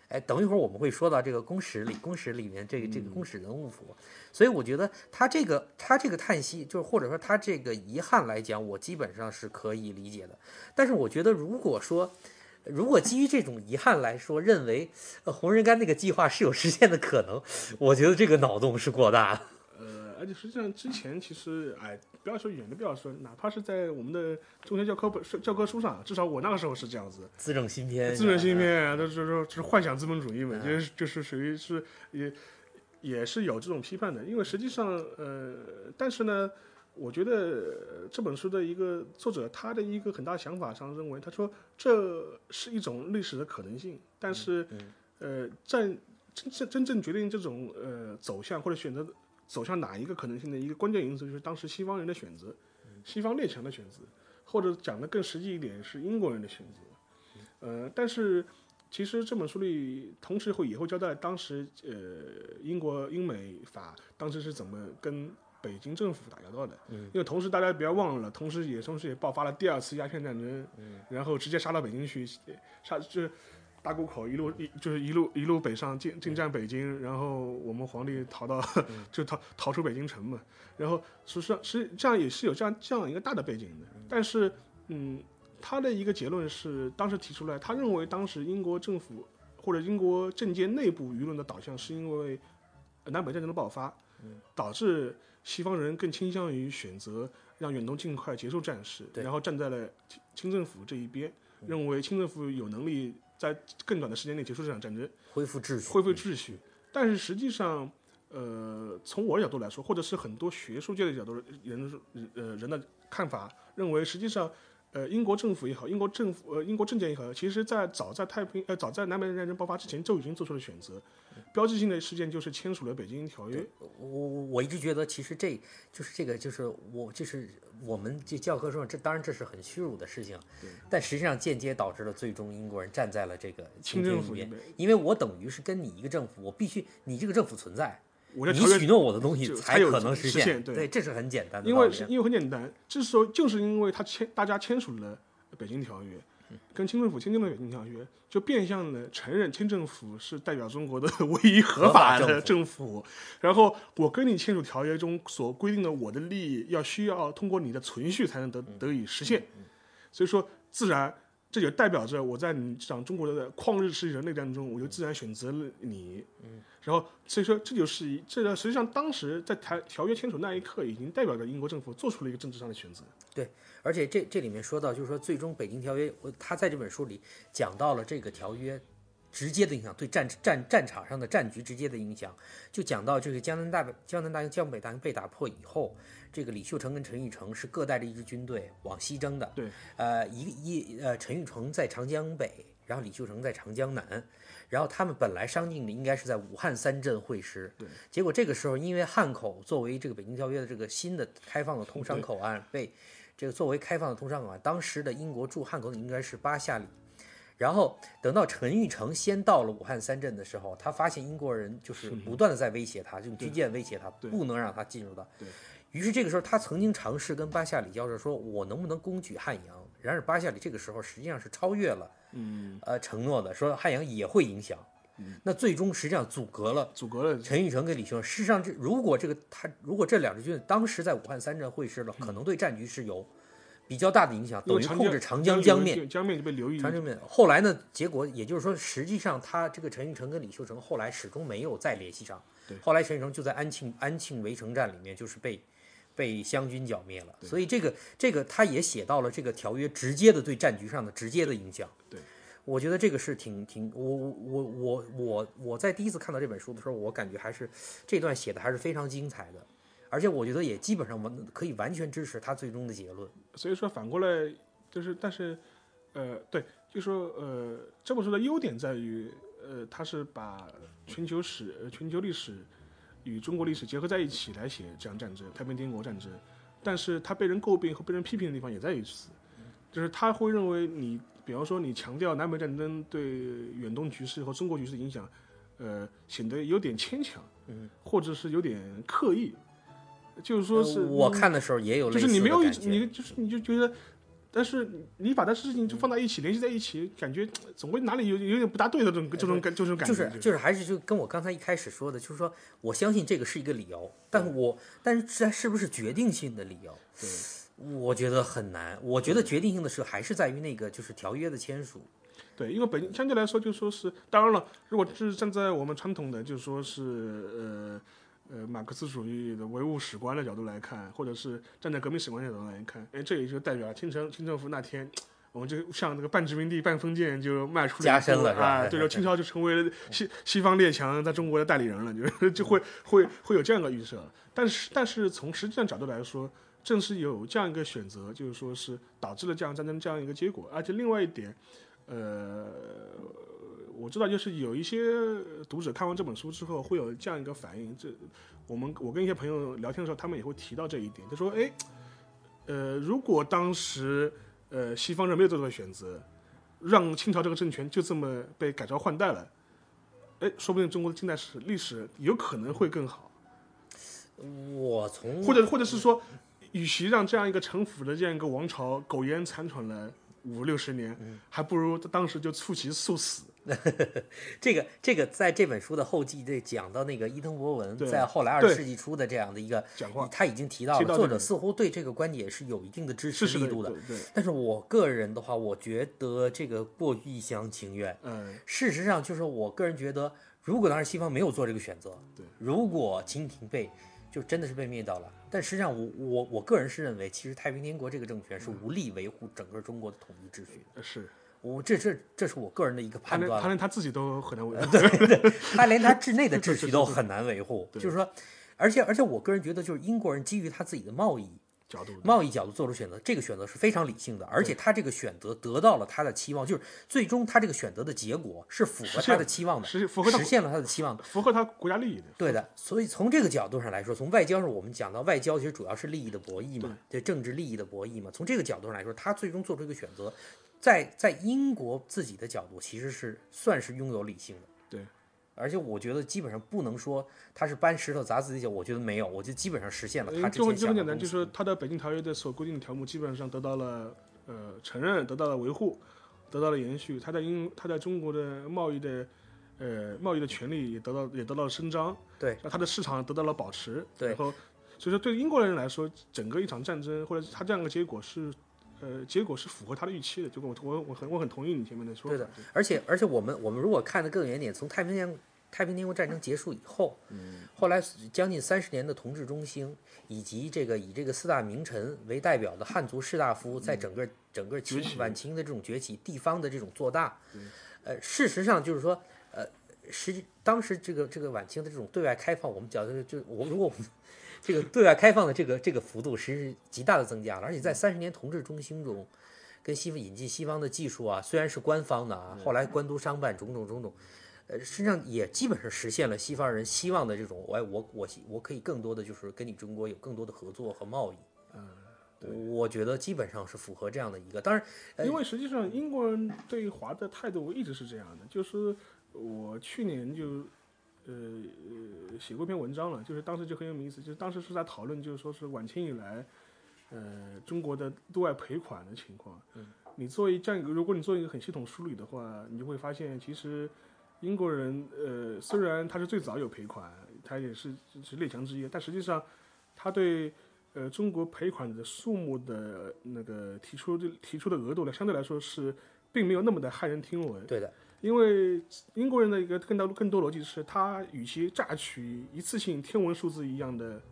S1: 哎，等一会儿我们会说到这个公使里，公使里面这个这个公使人物谱，所以我觉得他这个他这个叹息，就是或者说他这个遗憾来讲，我基本上是可以理解的。但是我觉得，如果说如果基于这种遗憾来说，认为呃洪仁干那个计划是有实现的可能，我觉得这个脑洞是过大了。
S2: 呃，而且实际上之前其实，哎，不要说远的，不要说，哪怕是在我们的中学教科本教科书上，至少我那个时候是这样子，
S1: 自证新篇，
S2: 资本芯片啊，都是说就是幻想资本主义嘛，就是就是属于是也也是有这种批判的，因为实际上呃，但是呢，我觉得呃这本书的一个作者他的一个很大想法上认为，他说这是一种历史的可能性，但是、
S1: 嗯
S2: 呃，在真正真正决定这种呃走向或者选择走向哪一个可能性的一个关键因素，就是当时西方人的选择，西方列强的选择，或者讲的更实际一点是英国人的选择。呃，但是其实这本书里同时会也会交代当时呃英国英美法当时是怎么跟北京政府打交道的。嗯，因为同时大家不要忘了，同时也同时也爆发了第二次鸦片战争，嗯，然后直接杀到北京去，杀就是。大沽口一路一就是一路一路北上进进占北京，然后我们皇帝逃到 就逃逃出北京城嘛，然后实际上实际上也是有这样这样一个大的背景的，但是嗯，他的一个结论是，当时提出来，他认为当时英国政府或者英国政界内部舆论的导向是因为呃南北战争的爆发，导致西方人更倾向于选择让远东尽快结束战事，
S1: 对
S2: 然后站在了清清政府这一边，认为清政府有能力在更短的时间内结束这场战争。
S1: 恢复秩序，
S2: 恢复秩序。但是实际上，呃，从我的角度来说，或者是很多学术界的角度人呃人的看法，认为实际上，呃，英国政府也好，英国政府呃英国政界也好，其实在早在太平呃早在南北战争爆发之前就已经做出了选择。标志性的事件就是签署了《北京条约》。
S1: 我我我一直觉得，其实这就是这个，就是我就是我们这教科书上，这当然这是很虚辱的事情，但实际上间接导致了最终英国人站在了这个
S2: 清
S1: 政
S2: 政府
S1: 一边
S2: 一边，
S1: 因为我等于是跟你一个政府，我必须你这个政府存在，
S2: 我的
S1: 你
S2: 条约
S1: 许诺我的东西
S2: 就才有
S1: 可能
S2: 实
S1: 现，
S2: 现
S1: 对
S2: 对
S1: 这是很简单的
S2: 因
S1: 道
S2: 为
S1: 理啊
S2: 是因为很简单，之所以就是因为他签大家签署了《北京条约》，跟清政府签订了影响约，就变相的承认清政府是代表中国的 唯一合法的政府。然后我跟你签署条约中所规定的我的利益，要需要通过你的存续才能
S1: 嗯
S2: 得得以实现。所以说，自然这也代表着我在你这场中国的旷日持久的内战
S1: 嗯
S2: 中，我就自然选择了你。然后所以说这就是一，这个实际上当时在条条约签署那一刻，已经代表着英国政府做出了一个政治上的选择。
S1: 而且这这里面说到，就是说最终北京条约，我他在这本书里讲到了这个条约直接的影响，对战战战场上的战局直接的影响，就讲到这个江南大江南大营、江北大营被打破以后，这个李秀成跟陈玉成是各带着一支军队往西征的。
S2: 对，
S1: 呃，一个一呃，陈玉成在长江北，然后李秀成在长江南，然后他们本来商定的应该是在武汉三镇会师，
S2: 对，
S1: 结果这个时候因为汉口作为这个北京条约的这个新的开放的通商
S2: 对
S1: 口岸被这个作为开放的通商口岸，当时的英国驻汉口的应该是巴夏里。然后等到陈玉成先到了武汉三镇的时候，他发现英国人就是不断的在威胁他，用军舰威胁他，
S2: 对
S1: 不能让他进入到
S2: 对
S1: 于是这个时候，他曾经尝试跟巴夏里交涉，说我能不能攻取汉阳。然而巴夏里这个时候实际上是超越了
S2: 嗯，
S1: 呃承诺的，说汉阳也会影响。那最终实际上阻隔了
S2: 阻隔了
S1: 陈玉成跟李秀成。事实上这，如果这个他如果这两支军队当时在武汉三镇会师了，可能对战局是有比较大的影响，啊
S2: 嗯因
S1: 等
S2: 为
S1: 于
S2: 长
S1: 控制长江江
S2: 江
S1: 面。
S2: 流域，江面就被流域
S1: 长江面后来呢，结果也就是说，实际上他这个陈玉成跟李秀成后来始终没有在联系上
S2: 对。
S1: 后来陈玉成就在安庆安庆围城战里面就是被被湘军剿灭了，所以这个这个他也写到了这个条约直接的对战局上的直接的影响。
S2: 对，
S1: 我觉得这个是挺挺我我我我我在第一次看到这本书的时候，我感觉还是这段写的还是非常精彩的，而且我觉得也基本上完可以完全支持他最终的结论。
S2: 所以说反过来就是，但是，呃，对，就说呃，这本书的优点在于，呃，它是把全球史、呃全球历史与中国历史结合在一起来写这场战争——太平天国战争。但是它被人诟病和被人批评的地方也在于此，就是他会认为你，比方说你强调南北战争对远东局势和中国局势的影响，呃，显得有点牵强，
S1: 嗯，
S2: 或者是有点刻意，就是说是嗯
S1: 呃我看的时候也有
S2: 就
S1: 类似
S2: 是
S1: 的
S2: 你没有一
S1: 感觉
S2: 你就是你就觉得，但是你把它事情就放在一起、联系在一起，感觉呃总归哪里有有点不大对的这种这种感这种感
S1: 就
S2: 觉，
S1: 是就是还是就跟我刚才一开始说的，就是说我相信这个是一个理由，但我但是这是不是决定性的理由？
S2: 对
S1: 我觉得很难。我觉得决定性的是还是在于那个就是条约的签署。
S2: 对，因为本相对来说就说是，当然了，如果是站在我们传统的就说是呃呃马克思主义的唯物史观的角度来看，或者是站在革命史观的角度来看，哎，这也就代表了清政清政府那天。我们就像这个半殖民地半封建就迈出了一
S1: 加深
S2: 步
S1: 了是吧
S2: 啊， 对，就清朝就成为了西西方列强在中国的代理人了，就是 就会会会有这样一个预设。但是但是从实际上角度来说，正是有这样一个选择，就是说是导致了这样战争这样一个结果。而且另外一点，呃，我知道就是有一些读者看完这本书之后会有这样一个反应，这我们我跟一些朋友聊天的时候，他们也会提到这一点，他说，哎，呃，如果当时呃西方人没有做这个选择，让清朝这个政权就这么被改朝换代了，哎，说不定中国的近代史历史有可能会更好。
S1: 我从
S2: 或者或者是说，与其让这样一个城府的这样一个王朝苟延残喘了五六十年，还不如当时就促其速死。
S1: 这个这个在这本书的后记这讲到那个伊藤博文
S2: 对
S1: 在后来二
S2: 对
S1: 十世纪初的这样的一个
S2: 讲话，
S1: 他已经提到
S2: 提到
S1: 了，
S2: 这
S1: 作者
S2: 个
S1: 似乎对这个观点是有一定的支持
S2: 是
S1: 力
S2: 的，
S1: 度的。
S2: 对，
S1: 但是我个人的话，我觉得这个过于一厢情愿。
S2: 嗯，
S1: 事实上，就是我个人觉得，如果当时西方没有做这个选择，
S2: 对，
S1: 如果清廷被就真的是被灭掉了，但实际上我我我个人是认为，其实太平天国这个政权
S2: 嗯
S1: 是无力维护整个中国的统一秩序的。
S2: 是，
S1: 我这这这是我个人的一个
S2: 他
S1: 判
S2: 连
S1: 断
S2: 他
S1: 了，
S2: 连他自己都很难 为。
S1: 他连他治内的秩
S2: 是
S1: 序
S2: 是
S1: 都
S2: 是
S1: 很难维护，
S2: 对
S1: 就是说，而且而且我个人觉得，就是英国人基于他自己的贸易
S2: 角度的，
S1: 贸易角度做出选择，这个选择是非常理性的，而且他这个选择得到了他的期望，就是最终他这个选择的结果是符合
S2: 实现
S1: 他
S2: 了
S1: 的期望的，
S2: 实符合他
S1: 实现了他的期望的。
S2: 符合他国家 利益的。
S1: 对的，所以从这个角度上来说，从外交上我们讲到外交，其实主要是利益的博弈嘛，对政治利益的博弈嘛。从这个角度上来说，他最终做出一个选择，在在英国自己的角度其实是算是拥有理性的。
S2: 对，
S1: 而且我觉得基本上不能说他是搬石头砸自己脚，我觉得没有，我就基本上实现了
S2: 嗯
S1: 他之
S2: 就
S1: 前
S2: 很就
S1: 想
S2: 很
S1: 的
S2: 简
S1: 东
S2: 单，
S1: 西。
S2: 呃就是他的《北京条约》的所规定的条目基本上得到了呃承认，得到了维护。得到了延续，他在英他在中国的贸易的呃贸易的权利也得到也得到了伸张，
S1: 对，
S2: 那它的市场得到了保持，
S1: 对
S2: 然后所以说对英国人来说，整个一场战争或者它这样一个结果是。呃，结果是符合他的预期的，就跟我我我很我很同意你前面的说
S1: 对
S2: 法。
S1: 的而且而且我们我们如果看得更远一点，从太平洋太平天国战争结束以后，嗯，后来将近三十年的同治中兴，以及这个以这个四大名臣为代表的汉族士大夫，在整个整个清
S2: 崛起
S1: 晚清的这种崛起，地方的这种做大
S2: 对，
S1: 呃，事实上就是说，呃，实际当时这个这个晚清的这种对外开放，我们讲的就我如果我们。 这个对外开放的这个这个幅度，实是极大的增加了，而且
S2: 嗯
S1: 在三十年同治中兴中，跟西方引进西方的技术啊，虽然是官方的啊，
S2: 嗯
S1: 后来官督商办种种种种，呃，身上也基本上实现了西方人希望的这种，哎，我我希我可以更多的就是跟你中国有更多的合作和贸易。嗯，我觉得基本上是符合这样的一个，当然，
S2: 因为实际上英国人对华的态度一直是这样的，就是我去年就呃呃写过一篇文章了，就是当时就很有意思，就是当时是在讨论，就是说是晚清以来，呃中国的对外赔款的情况。嗯，你作为这样一个，如果你做一个很系统梳理的话，你就会发现其实。英国人，呃，虽然他是最早有赔款，他也是是列强之一，但实际上，他对呃中国赔款的数目的那个提出的提出的额度呢，相对来说是并没有那么的骇人听闻。
S1: 对的，
S2: 因为英国人的一个更大更多逻辑是，他与其榨取一次性天文数字一样的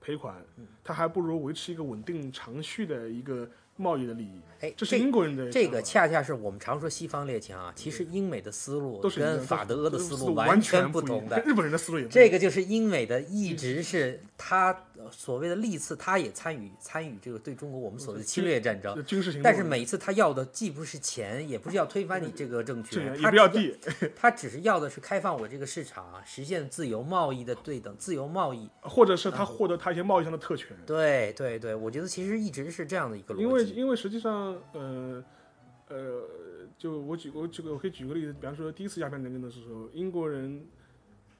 S2: 赔款，
S1: 嗯
S2: 他还不如维持一个稳定长续的一个贸易的利益。
S1: 哎，
S2: 这是英国人的
S1: 这
S2: 想
S1: 个
S2: 法嗯
S1: 恰恰是我们常说西方列强啊，其实英美的思路
S2: 都是一样
S1: 跟
S2: 都是
S1: 法德的
S2: 都是
S1: 思
S2: 路
S1: 路
S2: 完
S1: 全
S2: 不一样
S1: 同的
S2: 跟。日本人的思路也不一样
S1: 这个就是英美的一直是他呃所谓的历次，他也参与参与这个对中国我们所谓的侵略战争，
S2: 就军事行动，
S1: 但是每一次他要的既不是钱，也不是要推翻你这个政
S2: 这
S1: 权，
S2: 啊个也
S1: 他
S2: 不要地，
S1: 他只是要的是开放我这个市场，实现自由贸易的对等，自由贸易。
S2: 或者是
S1: 嗯
S2: 他获得他一些贸易上的特权。
S1: 对对对，我觉得其实一直是这样的一个
S2: 因
S1: 逻
S2: 为
S1: 辑。
S2: 因为实际上，呃呃，就我举我举个我可以举个例子，比方说第一次鸦片战争的时候，英国人，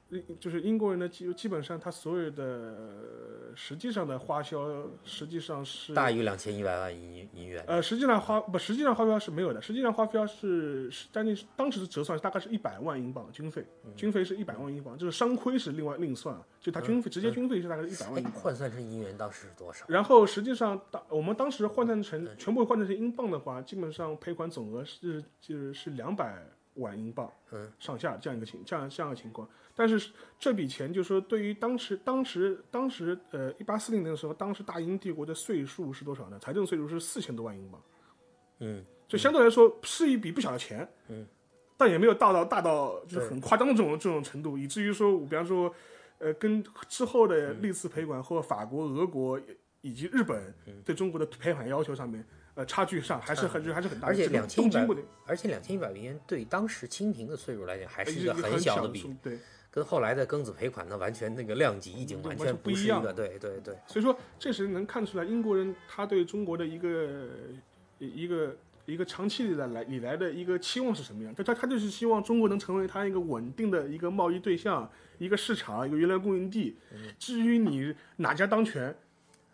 S2: 英就是英国人的基基本上他所有的呃实际上的花销实际上是
S1: 大于两千一百万银银元，
S2: 呃，实际上花不，实际上花标是没有的。实际上花标是是将近当时折算大概是一百万英镑军费，
S1: 嗯
S2: 军费是一百万英镑，就是商亏是另外另算，啊就他军费、直接军费是大概是一百万
S1: 哎
S2: 英镑。
S1: 换算成银元当时是多少？
S2: 然后实际上，当我们当时换算成全部换算成英镑的话，基本上赔款总额是就是是两百万英镑，
S1: 嗯，
S2: 上下这样一个情这样这样的情况。但是这笔钱，就是说对于当时当时当时呃一八四零年的时候，当时大英帝国的税数是多少呢？财政税数是四千多万英镑，
S1: 嗯，
S2: 就相对来说是一笔不小的钱，嗯，但也没有大到大到就是很夸张的这种这种程度，以至于说，比方说，呃，跟之后
S1: 嗯
S2: 的历次赔款或法国、俄国以及日本
S1: 嗯
S2: 对中国的赔款要求上面，呃，差距上还是很还是很大的，
S1: 而且
S2: 这个
S1: 两千
S2: 动
S1: 一
S2: 经
S1: 百
S2: 不得，，
S1: 而且两千一百元对当时清廷的岁数来讲，还
S2: 还
S1: 是一个很小
S2: 小
S1: 的
S2: 数
S1: 比，
S2: 目，对。
S1: 跟后来的庚子赔款呢，完全那个量级已经
S2: 嗯就
S1: 完
S2: 完全
S1: 全
S2: 不一
S1: 是一
S2: 样
S1: 个，对对对，
S2: 所以说，这时能看出来英国人他对中国的一个一一个一个长期以来以来的一个期望是什么样？他他他就是希望中国能成为他一个稳定的一个贸易对象、一个市场、一个原料供应地。至于你哪家当权，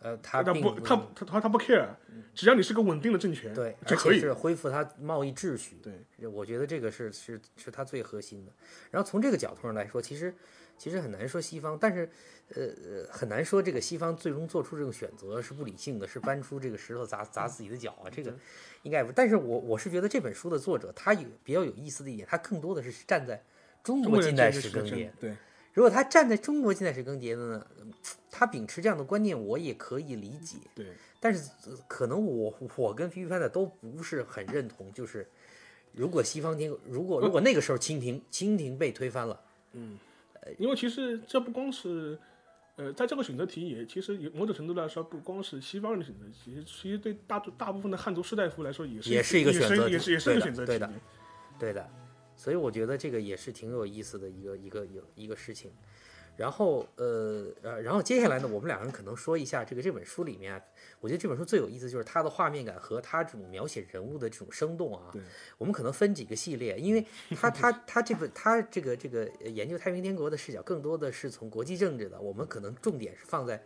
S1: 呃，嗯他
S2: 他
S1: 并嗯
S2: 不他他他他不 care，只要你是个稳定的政权，
S1: 对，
S2: 就
S1: 而
S2: 可
S1: 且
S2: 以。
S1: 是恢复它贸易秩序。
S2: 对
S1: 我觉得这个是是是它最核心的。然后从这个角度上来说，其实其实很难说西方，但是呃呃很难说这个西方最终做出这种选择是不理性的，是搬出这个石头砸砸自己的脚啊，这
S2: 嗯
S1: 个应该不。但是我我是觉得这本书的作者他有比较有意思的一点，他更多的是站在中
S2: 中
S1: 国
S2: 国
S1: 近
S2: 人
S1: 代
S2: 这个
S1: 史
S2: 是
S1: 更
S2: 真
S1: 迭
S2: 的，对，
S1: 如果他站在中国近代史更迭的呢，嗯他秉持这样的观念，我也可以理解。
S2: 对，
S1: 但是、呃可能我我跟皮皮潘的都不是很认同，就是如果西方天，如果如果那个时候清廷清廷被推翻了，
S2: 因为其实这不光是，呃，在这个选择题也其实有某种程度来说，不光是西方人的选择题，其实其实对大多大部分的汉族士大夫来说也是
S1: 也
S2: 也
S1: 是一个选择题
S2: 也是也是
S1: 对
S2: 一个
S1: 的
S2: 选择题。
S1: 对的对的，所以我觉得这个也是挺有意思的一个一个一个一个事情。然后呃呃，然后接下来呢，我们两个人可能说一下这个这本书里面啊，我觉得这本书最有意思就是它的画面感和它这种描写人物的这种生动啊。
S2: 对
S1: 我们可能分几个系列，因为它它它这本它这个这个呃研究太平天国的视角更多的是从国际政治的，我们可能重点是放在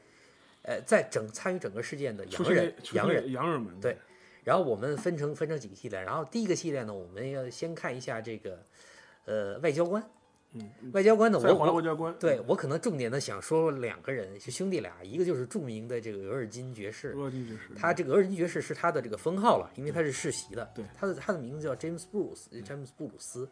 S1: 呃在整参与整个事件的
S2: 出
S1: 洋
S2: 现
S1: 人
S2: 在出现
S1: 洋
S2: 在
S1: 人。
S2: 洋人们
S1: 对然后我们分成分成几个系列，然后第一个系列呢，我们要先看一下这个呃外交官。
S2: 嗯，
S1: 外交官呢，
S2: 在
S1: 我
S2: 华
S1: 我
S2: 外交官，
S1: 对我可能重点的想说两个人是兄弟俩，一个就是著名的这个额尔金爵士，
S2: 落进爵士，
S1: 他这个额尔金爵士是他的这个封号了，因为他是世袭的。
S2: 对，
S1: 他的他的名字叫 James Bruce，詹姆斯布鲁斯。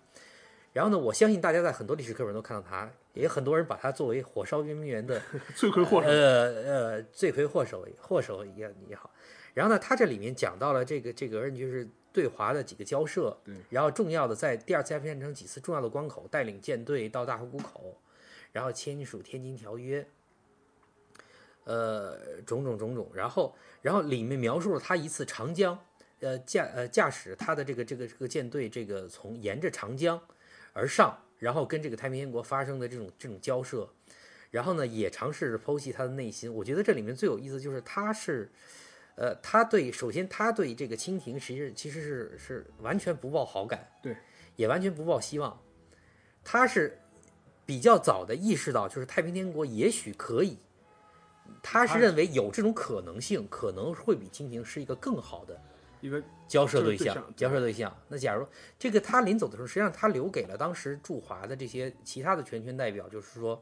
S1: 然后呢，我相信大家在很多历史课本都看到他，也很多人把他作为火烧圆明园的
S2: 罪魁祸首，
S1: 呃呃罪魁祸首祸首也也好。然后呢，他这里面讲到了这个这个额尔金爵士对华的几个交涉，
S2: 对，
S1: 然后重要的在第二次鸦片战争几次重要的关口，带领舰队到大湖谷口，然后签署《天津条约》，呃，种种种种，然后然后里面描述了他一次长江，呃驾呃驾驶他的这个这个这个舰队这个从沿着长江而上，然后跟这个太平天国发生的这种这种交涉，然后呢也尝试着剖析他的内心。我觉得这里面最有意思就是他是。呃，他对首先他对这个清廷其实其实是是完全不抱好感，
S2: 对，
S1: 也完全不抱希望。他是比较早的意识到，就是太平天国也许可以，他是
S2: 他
S1: 认为有这种可能性，可能会比清廷是一个更好的
S2: 一个
S1: 交涉
S2: 这个
S1: 对
S2: 对
S1: 象
S2: 象，
S1: 交涉对象。那假如这个他临走的时候，实际上他留给了当时驻华的这些其他的全权代表，就是说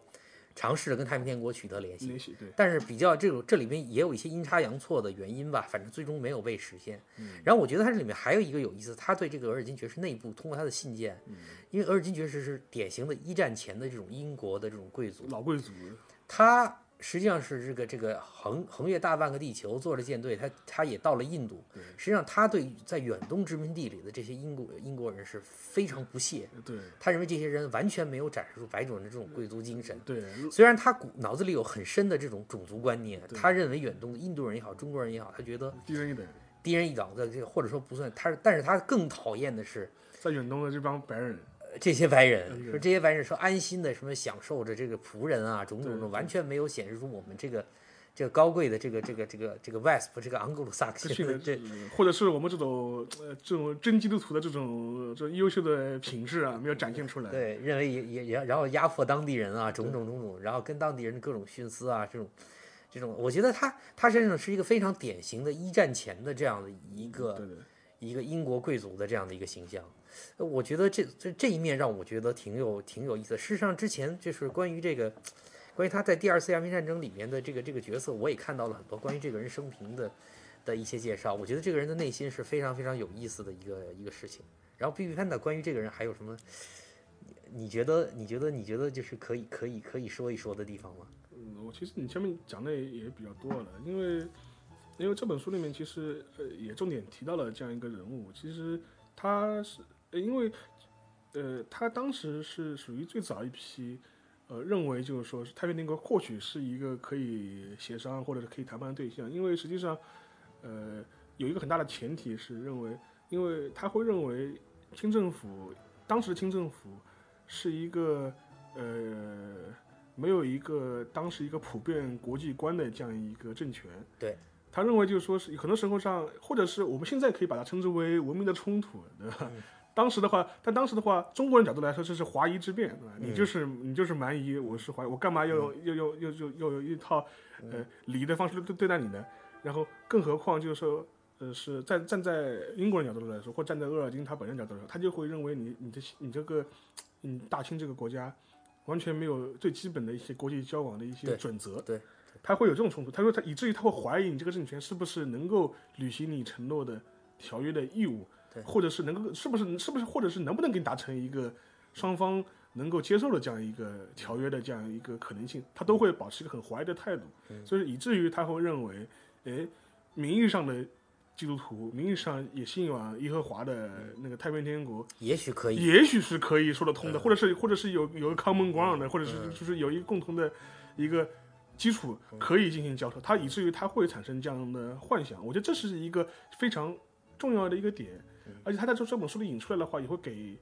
S1: 尝试着跟太平天国取得联系。
S2: 联系，对，
S1: 但是比较这种这里面也有一些阴差阳错的原因吧，反正最终没有被实现。
S2: 嗯
S1: 然后我觉得他这里面还有一个有意思，他对这个额尔金爵士内部通过他的信件，
S2: 嗯
S1: 因为额尔金爵士是典型的一战前的这种英国的这种贵族，
S2: 老贵族，
S1: 他实际上是这个这个横横越大半个地球，坐着舰队，他他也到了印度
S2: 对。
S1: 实际上，他对在远东殖民地里的这些英国英国人是非常不屑，
S2: 对
S1: 他认为这些人完全没有展示出白种人的这种贵族精神。
S2: 对，
S1: 虽然他骨脑子里有很深的这种种族观念，他认为远东的印度人也好，中国人也好，他觉得
S2: 低人一等，
S1: 低人一等的这个，或者说不算他，但是他更讨厌的是
S2: 在远东的这帮白人，
S1: 呃这些白
S2: 嗯
S1: 人，
S2: 对
S1: 说这些白人说安心的什么享受着这个仆人啊，种种
S2: 对
S1: 种，完全没有显示出我们这个这个高贵的这个这个这个这个 West 这个昂格鲁萨克
S2: 这
S1: 逊的
S2: 群
S1: 这
S2: 人，呃或者是我们这种呃这种真基督徒的这种这优秀的品质啊，没有展现出来，
S1: 对，认为也也也然后压迫当地人啊，种种种种，然后跟当地人各种徇私啊，这种这种，我觉得他他身上是一个非常典型的一战前的这样的一个。
S2: 对对，
S1: 一个英国贵族的这样的一个形象。呃我觉得这这这一面让我觉得挺有挺有意思的。事实上，之前就是关于这个，关于他在第二次鸦片战争里面的这个这个角色，我也看到了很多关于这个人生平的的一些介绍。我觉得这个人的内心是非常非常有意思的一个一个事情。然后，B B 潘达关于这个人还有什么？你你觉得你觉得你觉得就是可以可以可以说一说的地方吗？
S2: 嗯，我其实你前面讲的也也比较多了，因为因为这本书里面其实呃也重点提到了这样一个人物，其实他是呃因为呃他当时是属于最早一批。呃，认为就是说是太平天国或许是一个可以协商或者是可以谈判的对象，因为实际上，呃，有一个很大的前提是认为，因为他会认为清政府当时的清政府是一个呃没有一个当时一个普遍国际观的这样一个政权。
S1: 对，
S2: 他认为就是说是很多时候上，或者是我们现在可以把它称之为文明的冲突，对吧？当时的话，但当时的话，中国人角度来说，这是华夷之辩，对吧？你就是你就是蛮夷，我是华夷，我干嘛要用又又又又又有一套呃礼仪的方式对对待你呢？然后，更何况就是说，呃，是站站在英国人角度来说，或站在鄂尔金他本人角度来说，他就会认为你你这你这个嗯大清这个国家完全没有最基本的一些国际交往的一些
S1: 对
S2: 准则，
S1: 对
S2: 他会有这种冲突。他说他以至于他会怀疑你这个政权是不是能够履行你承诺的条约的义务，
S1: 对
S2: 或者是能够是不是是不是或者是能不能给你达成一个双方能够接受的这样一个条约的这样一个可能性，他都会保持一个很怀疑的态度，
S1: 嗯
S2: 所以以至于他会认为，诶，名义上的基督徒，名义上也信仰耶和华的
S1: 嗯
S2: 那个太平天国，
S1: 也许可以，嗯
S2: 也许是可以说得通的，或者是或者是有有一个 common ground 的，或者是就是有一个共同的一个基础
S1: 嗯
S2: 可以进行交涉，它以至于它会产生这样的幻想。我觉得这是一个非常重要的一个点，
S1: 嗯
S2: 而且他在这这本书里引出来的话，也会给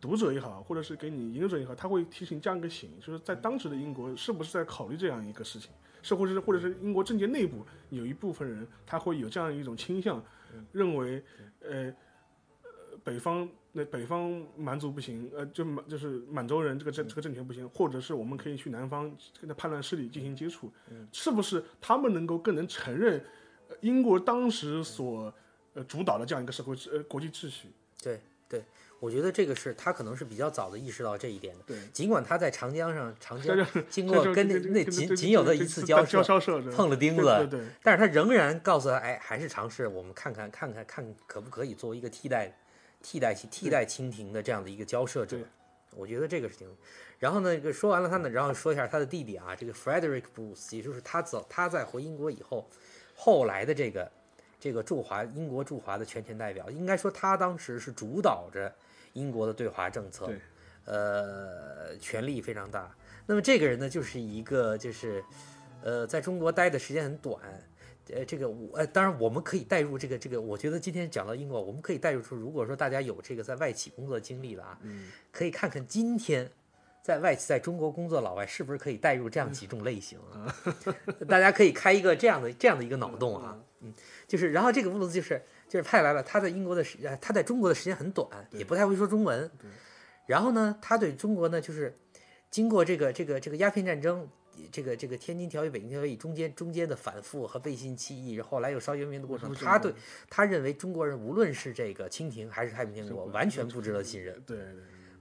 S2: 读者也好，或者是给你研究者也好，他会提醒这样一个醒，就是在当时的英国是不是在考虑这样一个事情，
S1: 嗯
S2: 是或者是或者是英国政界内部有一部分人他会有这样一种倾向，
S1: 嗯
S2: 认为呃。北方那北方蛮族不行，呃，就满就是满洲人
S1: 嗯
S2: 这个政这个政权不行，或者是我们可以去南方跟他叛乱势力进行接
S1: 嗯嗯
S2: 触，是不是他们能够更能承认呃英国当时所呃呃主导了这样一个社会秩呃国际秩序。
S1: 对对，我觉得这个是他可能是比较早的意识到这一点的。
S2: 对，
S1: 尽管他在长江上，长
S2: 这
S1: 江
S2: 就
S1: 经
S2: 这
S1: 过
S2: 就
S1: 跟那
S2: 这
S1: 那
S2: 跟
S1: 仅
S2: 这
S1: 仅有
S2: 这
S1: 的一
S2: 这
S1: 次
S2: 次
S1: 交
S2: 交
S1: 涉，
S2: 涉是吧
S1: 碰了钉
S2: 对对
S1: 子，
S2: 对，
S1: 但是他仍然告诉他，哎，还是尝试，我们看看看看看可不可以作为一个替代替代替代蜻蜓的这样的一个交涉者
S2: 对。
S1: 我觉得这个是挺，然后呢，这个说完了他呢，然后说一下他的弟弟啊，这个 Frederick Bruce，也就是他走他在回英国以后，后来的这个这个驻华英国驻华的全权代表，应该说他当时是主导着英国的对华政策，
S2: 对
S1: 呃，权力非常大。那么这个人呢，就是一个就是，呃，在中国待的时间很短，呃，这个我呃，当然我们可以带入这个这个，我觉得今天讲到英国，我们可以带入出，如果说大家有这个在外企工作经历的啊，
S2: 嗯
S1: 可以看看今天在外企在中国工作老外是不是可以带入这样几种类型啊？
S2: 嗯
S1: 大家可以开一个这样的这样的一个脑洞 啊，嗯，就是然后这个布鲁斯就是就是派来了，他在英国的时呃他在中国的时间很短，也不太会说中文
S2: 对，
S1: 然后呢，他对中国呢就是经过这个这个这个鸦片战争。这个这个天津条约、北京条约中间中间的反复和背信弃义，然后后来又烧圆明园的过程，
S2: 嗯不是
S1: 他
S2: 中
S1: 对他认为中国人无论是这个清廷还是太平天国，完全不值得信任。
S2: 对对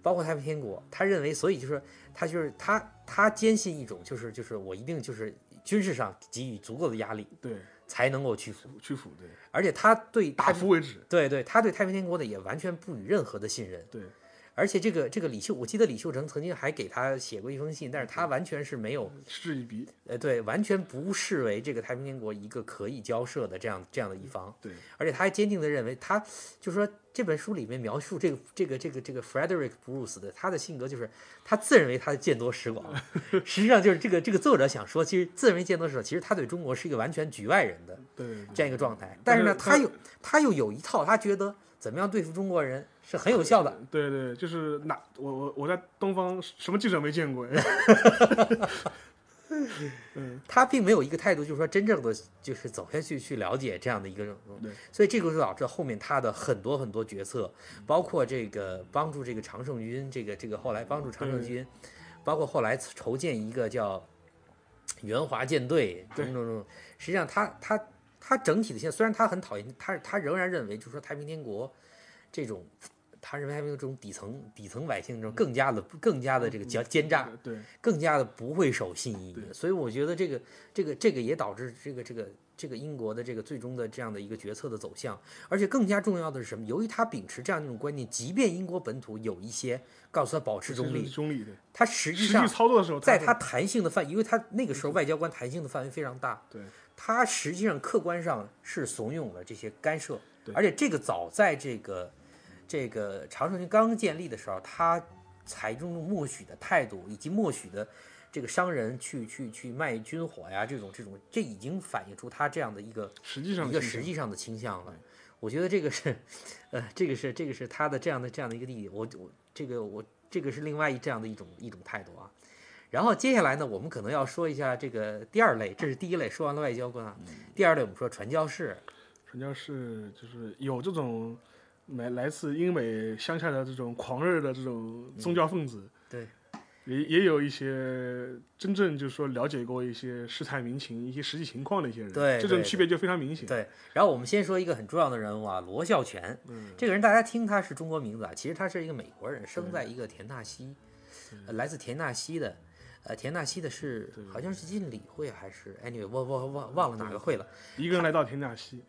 S1: 包括太平天国，他认为，所以就是他就是他他坚信一种就是就是我一定就是军事上给予足够的压力
S2: 对
S1: 才能够屈服，
S2: 对，屈服对，
S1: 而且他对
S2: 打
S1: 太平
S2: 服为止，
S1: 对对他对太平天国呢也完全不予任何的信任，
S2: 对
S1: 而且这个这个李秀，我记得李秀成曾经还给他写过一封信，但是他
S2: 嗯
S1: 完全是没有
S2: 嗤之以鼻，
S1: 呃对完全不视为这个太平天国一个可以交涉的这样这样的一方，
S2: 对
S1: 而且他还坚定地认为他，就说这本书里面描述这个这个这个这个 Frederick Bruce 的他的性格就是他自认为他见多识 广，实际上就是这个这个作者想说，其实自认为见多识广，其实他对中国是一个完全局外人的
S2: 对对
S1: 这样一个状态。嗯但是呢，
S2: 但
S1: 他
S2: 是
S1: 又他又有一套，他觉得怎么样对付中国人是很有效的。
S2: 对对，就是哪我我我在东方什么记者没 见过？呀？
S1: 他并没有一个态度，就是说真正的就是走下去去了解这样的一个任务
S2: 对，
S1: 所以这个就导致后面他的很多很多决策，包括这个帮助这个常胜军，这个这个后来帮助常胜军，包括后来筹建一个叫援华舰队，
S2: 对
S1: 种种种，实际上他他他整体的现在，虽然他很讨厌，他他仍然认为就是说太平天国这种。他认为太平天国这种底层底层百姓这种更加的更加的这个
S2: 嗯
S1: 奸奸诈，
S2: 对
S1: 更加的不会守信义
S2: 对。
S1: 所以我觉得这个这个这个也导致这个这个这个英国的这个最终的这样的一个决策的走向。而且更加重要的是什么？由于他秉持这样一种观念，即便英国本土有一些告诉他保持中立，
S2: 中立对，
S1: 他实际
S2: 实
S1: 上
S2: 际操作的时候，
S1: 在
S2: 他嗯
S1: 他弹性的范，因为他那个时候外交官弹性的范围非常大，
S2: 对
S1: 他实际上客观上是怂恿了这些干涉，
S2: 对
S1: 而且这个早在这个这个长胜军刚建立的时候，他采用默许的态度，以及默许的这个商人去去去卖军火呀，这种这种，这已经反映出他这样的一个
S2: 实际上
S1: 一
S2: 的
S1: 个
S2: 形
S1: 实
S2: 象
S1: 际上的倾向了。我觉得这个是，呃，这个是这个是他的这样的这样的一个利益，我我这个我这个是另外一这样的一种一种态度啊。然后接下来呢，我们可能要说一下这个第二类，这是第一类，说完了外交官啊。第二类我们说传教士，
S2: 传教士就是有这种来来自英美乡下的这种狂热的这种宗教分子，
S1: 嗯对，
S2: 也也有一些真正就是说了解过一些世态民情、一些实际情况的一些人，
S1: 对
S2: 这
S1: 对
S2: 种区别就非常明显。
S1: 对。然后我们先说一个很重要的人物啊，罗孝全。
S2: 嗯，
S1: 这个人大家听他是中国名字啊，其实他是一个美国人，生在一个田纳西，呃来自田纳西的。呃，田纳西的是好像是进理会还是 anyway，我我忘忘了哪个会了。
S2: 一个人来到田纳西，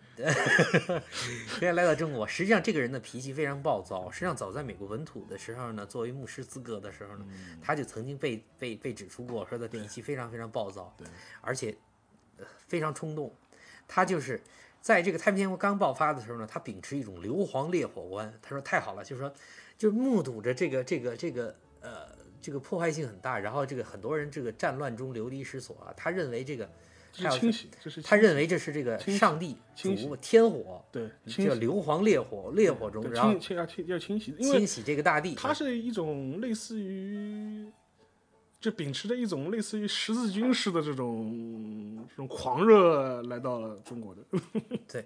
S1: 虽然来到中国，实际上这个人的脾气非常暴躁。实际上早在美国本土的时候呢，作为牧师资格的时候呢，
S2: 嗯
S1: 他就曾经被被被指出过，说他脾气非常非常暴躁，而且呃非常冲动。他就是在这个太平天国刚爆发的时候呢，他秉持一种硫磺烈火观。他说太好了，就是说就目睹着这个这个这个呃这个破坏性很大，然后这个很多人这个战乱中流离失所啊。他认为这个
S2: 这
S1: 还
S2: 是
S1: 有
S2: 清洗，这是
S1: 他
S2: 清洗
S1: 认为这是这个
S2: 清洗
S1: 上帝
S2: 清
S1: 主天火。
S2: 对清
S1: 叫
S2: 洗
S1: 硫磺烈火，烈火中，
S2: 嗯对
S1: 然后
S2: 清清要清要清洗，因为
S1: 清洗这个大地。
S2: 它是一种类似于就秉持着一种类似于十字军式的这种这种狂热来到了中国的。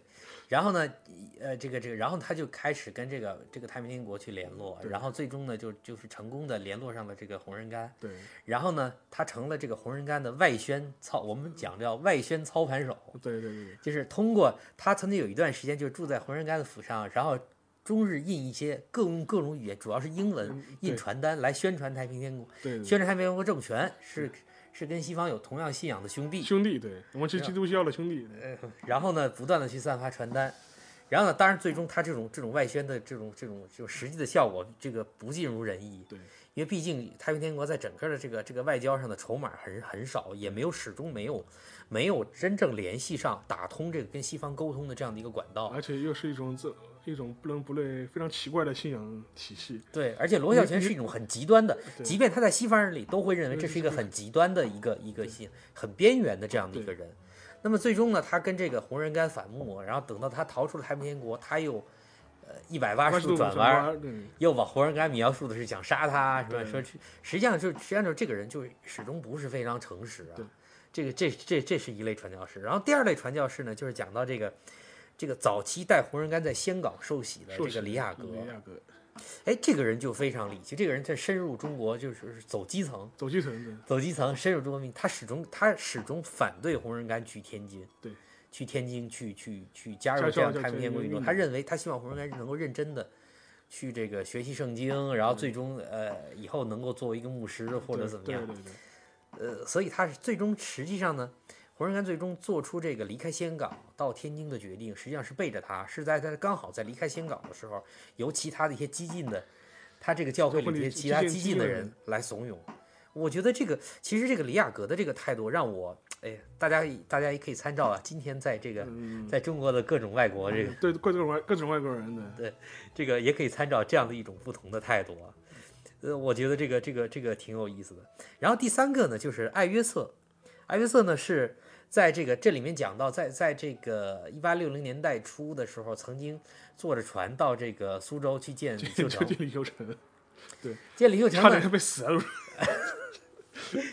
S1: 然后呢，呃，这个这个，然后他就开始跟这个这个太平天国去联络，
S2: 对
S1: 然后最终呢，就就是成功的联络上了这个洪仁玕，
S2: 对
S1: 然后呢，他成了这个洪仁玕的外宣操，我们讲叫外宣操盘手，
S2: 对对对
S1: 就是通过他曾经有一段时间就住在洪仁玕的府上，然后终日印一些各种各种语言，主要是英文
S2: 嗯对嗯
S1: 印传单来宣传太平天国，
S2: 对对
S1: 宣传太平天国政权是是跟西方有同样信仰的兄弟啊
S2: 对，，兄弟，对，我们是基督教的兄弟。
S1: 然后呢，不断的去散发传单，然后呢，当然最终他这种这种外宣的这种这种就实际的效果，这个不尽如人意。
S2: 对，
S1: 因为毕竟太平天国在整个的这个这个外交上的筹码很很少，也没有始终没有没有真正联系上打通这个跟西方沟通的这样的一个管道。
S2: 而且又是一种这一种不伦不类、非常奇怪的信仰体系。
S1: 对，而且罗小泉是一种很极端的，
S2: 对
S1: 即便他在西方人里都会认为这是一个很极端的一个一个性很边缘的这样的一个人。那么最终呢，他跟这个红人干反目，然后等到他逃出了太平天国，他又呃一百八
S2: 八
S1: 十
S2: 十度
S1: 度转
S2: 弯
S1: 弯，
S2: 儿，对
S1: 又把红人干描述的是想杀他，是吧？
S2: 对
S1: 说去实际上就实际上就这个人就是始终不是非常诚实啊
S2: 对。
S1: 这个这这这是一类传教士，然后第二类传教士呢，就是讲到这个这个早期带红人干在香港受洗的
S2: 受
S1: 这
S2: 洗
S1: 个李亚格，
S2: 李亚格
S1: 哎，这个人就非常理性，这个人他深入中国就是走基层，
S2: 走基层的，
S1: 走基层，深入中国民，他始终他始终反对洪仁玕去天津，
S2: 对，
S1: 去天津去去去加
S2: 加
S1: 入这
S2: 入
S1: 样
S2: 这
S1: 太平
S2: 这
S1: 天
S2: 个
S1: 国运动，
S2: 运
S1: 他
S2: 动
S1: 认为他希望洪仁玕能够认真的去这个学习圣经，然后最终呃以后能够作为一个牧师 或者
S2: 对
S1: 怎么样，
S2: 对 对对，
S1: 呃，所以他是最终实际上呢，洪仁玕最终做出这个离开香港到天津的决定，实际上是背着他，是在他刚好在离开香港的时候，由其他的一些激进的，他这个教会里
S2: 教会
S1: 的
S2: 里
S1: 其他
S2: 激进
S1: 激进的
S2: 激进的人
S1: 人来怂恿。我觉得这个其实这个李雅格的这个态度让我，哎，大家大家也可以参照啊。今天在这个
S2: 嗯，
S1: 在中国的各种外国这个
S2: 对各种外各种外国人的，
S1: 这个也可以参照这样的一种不同的态度啊。呃，我觉得这个这个这个挺有意思的。然后第三个呢，就是艾约瑟，艾约瑟呢是在这个这里面讲到在，在这个一八六零年代初的时候，曾经坐着船到这个苏州去见李秀
S2: 就
S1: 成
S2: 这，李修成，
S1: 见李秀成
S2: 差点
S1: 呢，
S2: 就被死了。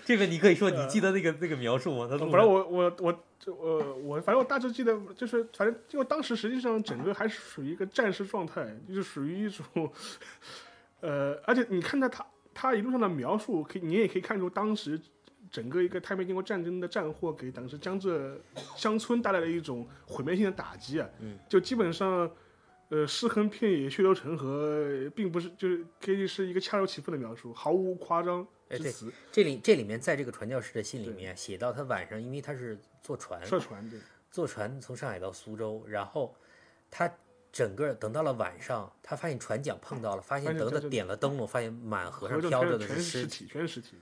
S1: 这个你可以说你记得那个那个描述吗？他
S2: 反
S1: 路
S2: 正
S1: 上
S2: 呃我我我就我我反正我大致记得，就是反正就当时实际上整个还是属于一个战时状态，就是属于一种， 呃，而且你看他他他一路上的描述，可以你也可以看出当时整个一个太平天国战争的战祸给当时江浙乡村带来了一种毁灭性的打击啊，
S1: 嗯，
S2: 就基本上。呃，尸横遍野，血流成河，并不是就是可以是一个恰如其分的描述，毫无夸张
S1: 哎
S2: 之
S1: 对
S2: 词。
S1: 这里这里面在这个传教士的信里面写到他晚上，因为他是坐船
S2: 社传对，
S1: 坐船从上海到苏州，然后他整个等到了晚上，他发现船桨碰到了，发现
S2: 发现
S1: 等
S2: 这
S1: 等
S2: 这
S1: 点了灯笼，发现满河上
S2: 河
S1: 飘着
S2: 全
S1: 的
S2: 全
S1: 是
S2: 是
S1: 尸
S2: 尸
S1: 体，
S2: 体，全是尸体。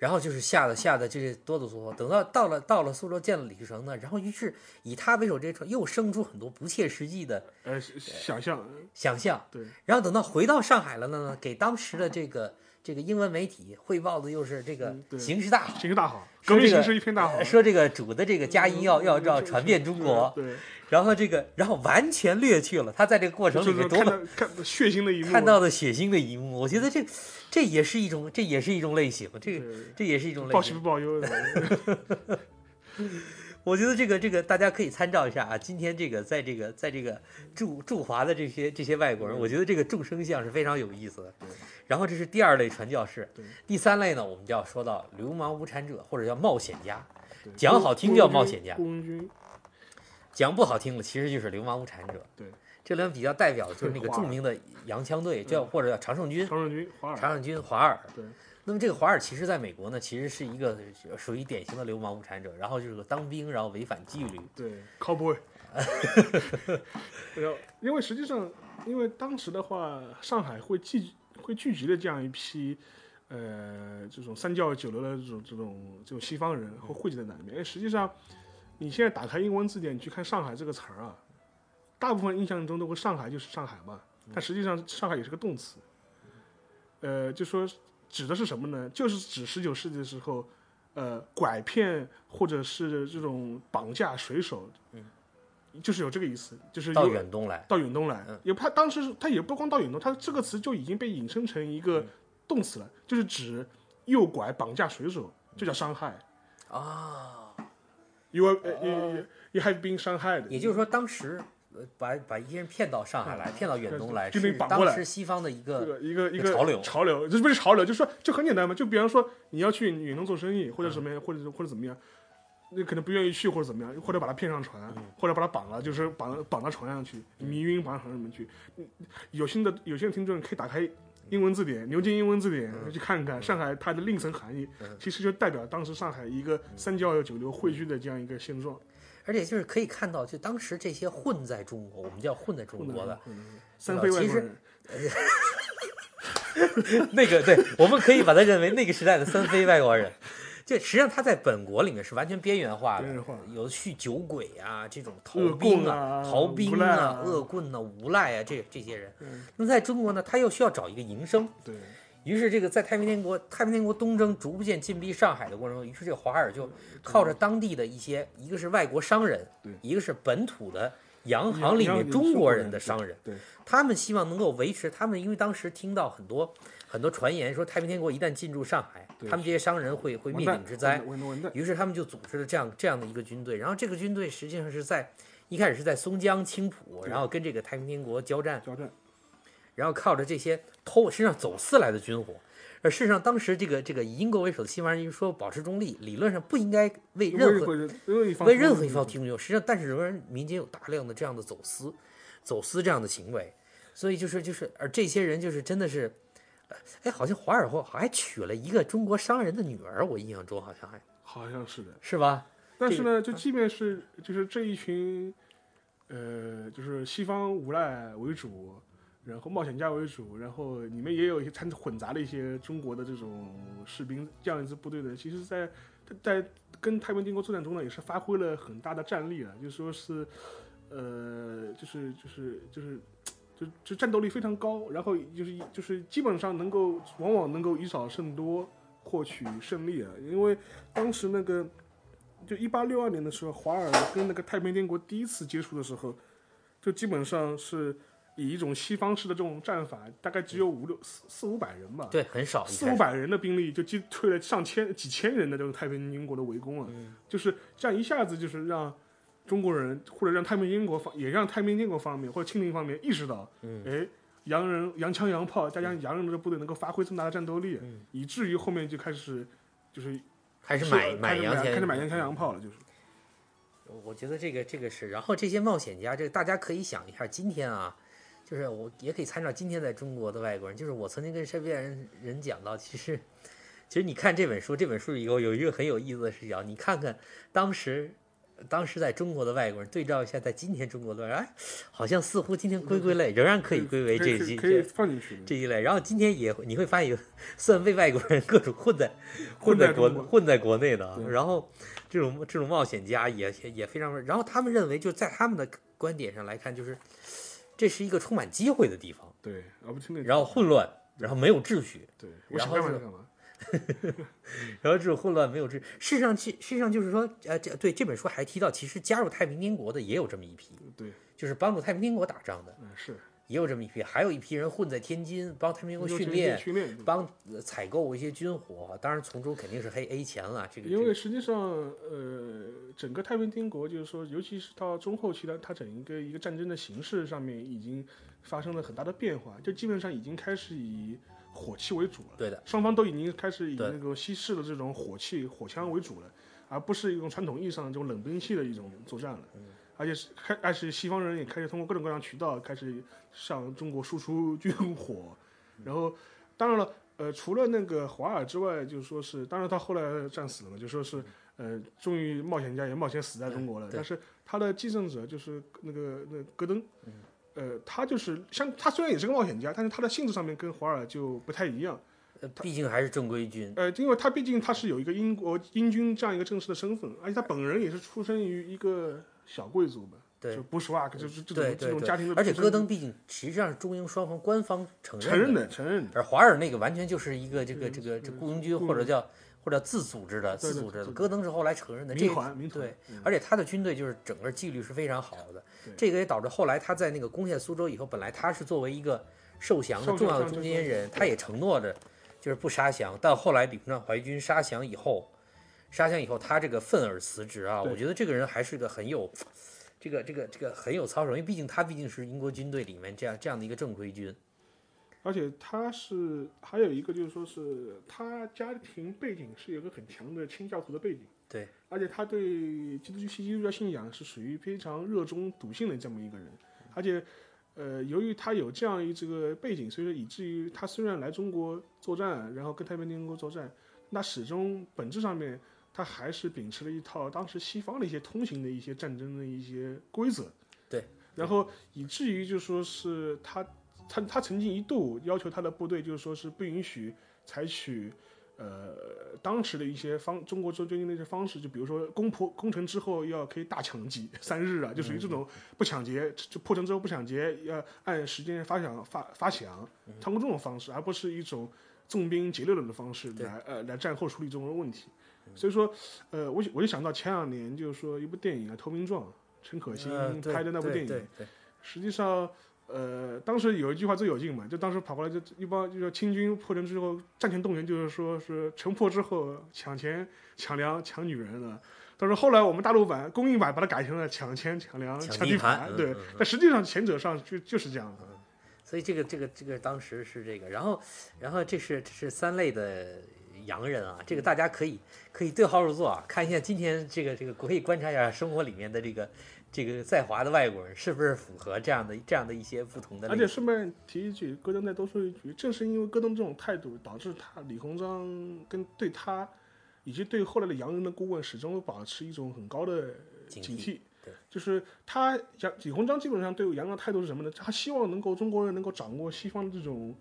S1: 然后就是吓得吓得就是哆哆嗦嗦。等到到了到了苏州见了李秀成呢，然后于是以他为首这些船又生出很多不切实际的
S2: 呃，是想象，
S1: 想象，
S2: 对，
S1: 然后等到回到上海了呢，给当时的这个这个英文媒体汇报的又是这个
S2: 嗯对
S1: 形势大好。
S2: 形势大好，革
S1: 说
S2: 命
S1: 这
S2: 形
S1: 个
S2: 势一片大好，
S1: 说这个主的这个佳音要要
S2: 嗯
S1: 要
S2: 是
S1: 传遍中
S2: 是
S1: 国，
S2: 对，
S1: 然后这个，然后完全略去了他在这个过程
S2: 就
S1: 里
S2: 是
S1: 面
S2: 看
S1: 多
S2: 到
S1: 么
S2: 看到血腥的一幕，
S1: 看到的血腥的一幕。我觉得这这也是一种，这也是一种类型，这个
S2: 对
S1: 这也是一种类
S2: 报喜
S1: 型。
S2: 不报忧的，
S1: 我觉得这个这个大家可以参照一下啊。今天这个在这个在这个驻驻华的这些这些外国人，我觉得这个众生相是非常有意思的
S2: 对。
S1: 然后这是第二类传教士
S2: 对，
S1: 第三类呢，我们就要说到流氓无产者或者叫冒险家，
S2: 对
S1: 讲好听叫冒险家
S2: 雇佣军，
S1: 讲不好听了其实就是流氓无产者。
S2: 对，
S1: 这里面比较代表的就是那个
S2: 华嗯
S1: 著
S2: 尔
S1: 名的洋枪队，叫或者叫常胜军。
S2: 常胜军，华尔，
S1: 常胜军华尔。
S2: 对，
S1: 那么这个华尔其实在美国呢，其实是一个属于典型的流氓无产者，然后就是个当兵，然后违反纪律。
S2: 对，cowboy，然后 因为实际上，因为当时的话，上海会聚会聚集的这样一批。呃，这种三教九流的这种这种这种西方人会汇集在那里面。因为哎实际上，你现在打开英文字典，你去看“上海”这个词儿啊，大部分印象中都会上海就是上海嘛，但实际上上海也是个动词。呃，就说指的是什么呢？就是指十九世纪的时候，呃，拐骗或者是这种绑架水手，嗯，就是有这个意思，就是
S1: 到
S2: 有
S1: 远东来，
S2: 到远东来，嗯也他当嗯时是他也不光到远东，他这个词就已经被引申成一个动词了，就是指诱拐、绑架水手，这叫伤害。
S1: 啊，
S2: You are、呃 you you- you have been 伤害的，
S1: 也就是说，当时呃把把一些人骗到上海来，骗到远东来，
S2: 就被
S1: 是
S2: 绑过
S1: 当
S2: 来
S1: 时西方的一
S2: 这
S1: 个
S2: 个一个
S1: 一
S2: 一个
S1: 个呃潮流
S2: 潮流，这不是潮流，就是说就很简单嘛。就比方说你要去远东做生意，
S1: 嗯
S2: 或者什么样，或者或者怎么样，你可能不愿意去或者怎么样，或者把他骗上船，
S1: 嗯
S2: 或者把他绑了，就是绑绑到船上去，迷晕绑到船上面去。嗯有新的有些听众可以打开。英文字典，牛津英文字典
S1: 嗯
S2: 去看看上海它的另一层含义，其实就代表当时上海一个
S1: 嗯
S2: 三教九流汇聚的这样一个现状。
S1: 而且就是可以看到，就当时这些混在中国，我们叫混在中国的
S2: 三非外
S1: 其
S2: 国
S1: 实
S2: 人，
S1: 那个，对，我们可以把它认为那个时代的三 非外国人。就实际上他在本国里面是完全边缘化的
S2: 边缘化，
S1: 有酗酒鬼啊，这种逃
S2: 恶
S1: 兵
S2: 棍啊
S1: 逃兵
S2: 无赖
S1: 啊
S2: 啊，
S1: 恶棍呐、无赖啊，这这些人
S2: 嗯。
S1: 那么在中国呢，他又需要找一个营生，
S2: 对，
S1: 于是这个在太平天国太平天国东征逐渐进逼上海的过程中，于是这个华尔就靠着当地的一些，一个是外国商人
S2: 对，
S1: 一个是本土的洋行里面中国人的商人，
S2: 对，
S1: 他们希望能够维持他们，因为当时听到很多很多传言说太平天国一旦进驻上海，
S2: 对
S1: 他们这些商人会会
S2: 完
S1: 灭
S2: 蛋
S1: 顶之灾，
S2: 完蛋完蛋，
S1: 于是他们就组织了这样这样的一个军队，然后这个军队实际上是在一开始是在松江青浦，
S2: 对
S1: 然后跟这个太平天国交战。
S2: 交战。
S1: 然后靠着这些偷身上走私来的军火。而事实上，当时这个这个以英国为首的西方人说保持中立，理论上不应该为任何
S2: 何任何一方
S1: 为任何一方提供救。实际上，但是仍然民间有大量的这样的走私、走私这样的行为，所以就是就是，而这些人就是真的是，呃哎，好像华尔霍还娶了一个中国商人的女儿，我印象中好像还
S2: 好像是的。
S1: 是吧？
S2: 但是呢，就即便是就是这一群，呃，就是西方无赖为主，然后冒险家为主，然后里面也有一些掺混杂了一些中国的这种士兵这样一支部队的，其实在，在跟太平天国作战中呢，也是发挥了很大的战力了，就说是，呃，就是就是就是。就就战斗力非常高，然后就是就是基本上能够往往能够以少胜多获取胜利啊，因为当时那个就一八六二年的时候，华尔跟那个太平天国第一次接触的时候，就基本上是以一种西方式的这种战法，大概只有五六四四五百人吧，
S1: 对，很少一
S2: 四
S1: 开
S2: 五
S1: 始。
S2: 百人的兵力就击退了上千几千人的这种太平天国的围攻啊，
S1: 嗯
S2: 就是这样一下子就是让中国人或者让太平天国方也让太平天国方面或者清廷方面意识到，
S1: 嗯
S2: 哎，洋人洋枪洋炮加上洋人的部队能够发挥这么大的战斗力，
S1: 嗯
S2: 以至于后面就开始就是
S1: 还是买买洋钱，
S2: 开始买洋枪洋炮了，就是
S1: 我觉得这个这个是，然后这些冒险家，这个大家可以想一下，今天啊，就是我也可以参照今天在中国的外国人，就是我曾经跟身边人人讲到，其实其实你看这本书，这本书以后有一个很有意思的视角，你看看当时。当时在中国的外国人对照一下，在今天中国的外国人，哎，好像似乎今天归归类仍然可以归为
S2: 可
S1: 这
S2: 以
S1: 一
S2: 可
S1: 这
S2: 以可以放进去的。
S1: 这一类。然后今天也你会发现有算被外国人各种混在
S2: 混
S1: 混
S2: 在
S1: 在国
S2: 中国
S1: 混在国内的啊
S2: 对，
S1: 然后这种这种冒险家也也也非常，然后他们认为就在他们的观点上来看，就是这是一个充满机会的地方，
S2: 对，啊不听那
S1: 然后混乱，然后没有秩序，
S2: 对，我
S1: 然
S2: 想
S1: 后
S2: 干嘛
S1: 是
S2: 就干嘛。
S1: 然后这种混乱没有秩，事实上其事实上就是说，呃，这对这本书还提到，其实加入太平天国的也有这么一批，
S2: 对，
S1: 就是帮助太平天国打仗的
S2: 嗯是。
S1: 也有这么一批，还有一批人混在天津帮太平天国
S2: 就
S1: 训
S2: 是
S1: 练。
S2: 训练，
S1: 帮呃采购一些军火，当然从中肯定是黑 A 钱了。这个
S2: 因
S1: 这
S2: 为
S1: 个
S2: 实际上，呃，整个太平天国就是说，尤其是到中后期的，它整一个一个战争的形式上面已经发生了很大的变化，就基本上已经开始以火器为主了。
S1: 对的，
S2: 双方都已经开始以
S1: 对
S2: 那种西式的这种火器、火枪为主了，而不是一种传统意义上的这种冷兵器的一种作战了。
S1: 嗯
S2: 而且是开，而且西方人也开始通过各种各样的渠道开始向中国输出军火，
S1: 嗯
S2: 然后当然了，呃，除了那个华尔之外，就是说是，当然他后来战死了嘛，就说是，呃，终于冒险家也冒险死在中国了，
S1: 嗯对
S2: 但是他的继承者就是那个那个戈登。
S1: 嗯
S2: 呃，他就是像他虽然也是个冒险家，但是他的性质上面跟华尔就不太一样。
S1: 呃毕竟还是正规军，
S2: 呃，因为他毕竟他是有一个英国英军这样一个正式的身份，而且他本人也是出生于一个小贵族嘛，
S1: 对
S2: 就布什瓦克，就是这
S1: 对
S2: 种这
S1: 对
S2: 种家庭
S1: 对
S2: 的，
S1: 而且
S2: 出身
S1: 戈登毕竟实际上是中英双方官方承
S2: 承认
S1: 的，
S2: 的承认的，
S1: 而华尔那个完全就是一个这个
S2: 嗯
S1: 这个这
S2: 嗯
S1: 雇佣军
S2: 雇佣
S1: 或者叫或者自组织的
S2: 对
S1: 自
S2: 对
S1: 组织的，
S2: 对
S1: 戈登是后来承认的，这
S2: 民
S1: 个
S2: 团民团
S1: 对，而且他的军队就是整个纪律是非常好的
S2: 嗯对，
S1: 这个也导致后来他在那个攻陷苏州以后，本来他是作为一个受降的
S2: 受降
S1: 重要的
S2: 战争
S1: 中间
S2: 中
S1: 人，他也承诺着就是不杀降，但后来李平章怀军杀降以后，杀降以后他这个愤而辞职啊，
S2: 对
S1: 我觉得这个人还是个很有这个这个这个很有操守，因为毕竟他毕竟是英国军队里面这样这样的一个正规军，
S2: 而且他是还有一个就是说是他家庭背景是有个很强的清教徒的背景，
S1: 对，
S2: 而且他对基督基督教信仰是属于非常热衷笃信的这么一个人，而且呃，由于他有这样一这个背景，所以说以至于他虽然来中国作战，然后跟太平天国作战，那始终本质上面他还是秉持了一套当时西方的一些通行的一些战争的一些规则，
S1: 对，
S2: 然后以至于就说是他他他曾经一度要求他的部队，就是说是不允许采取呃当时的一些方中国周军的一些方式，就比如说攻破攻城之后要可以大抢劫三日啊，就属于这种
S1: 嗯
S2: 不抢劫，就破城之后不抢劫，要按时间发饷发发饷，
S1: 嗯
S2: 通过这种方式，而不是一种重兵劫掠的方式
S1: 对嗯
S2: 来呃来战后处理这种问题。所以说，呃，我就我就想到前两年就是说一部电影啊，《投名状》，陈可辛
S1: 嗯，对
S2: 拍的那部
S1: 对
S2: 电影，
S1: 对对
S2: 实际上，呃，当时有一句话最有劲嘛，就当时跑过来就一帮就说清军破城之后，战前动员就是说是城破之后抢钱、抢粮、抢女人的。但是后来我们大陆版公映版把它改成了抢钱、抢粮、
S1: 抢
S2: 抢
S1: 地
S2: 地
S1: 盘嗯
S2: 对
S1: 嗯，
S2: 但实际上前者上就就是这样的。
S1: 所以这个这个这个当时是这个，然后然后这是这是三类的洋人啊，这个大家可以可以对号入座啊，看一下今天这个这个可以观察一下生活里面的这个这个在华的外国人是不是符合这样的这样的一些不同的类
S2: 而
S1: 型，
S2: 且顺便提一句，戈登再多说一句，正是因为戈登这种态度，导致他李鸿章跟对他，以及对后来的洋人的顾问，始终保持一种很高的
S1: 警
S2: 警
S1: 惕
S2: 惕
S1: 对。
S2: 就是他杨李鸿章基本上对洋人的态度是什么呢？他希望能够中国人能够掌握西方的这种，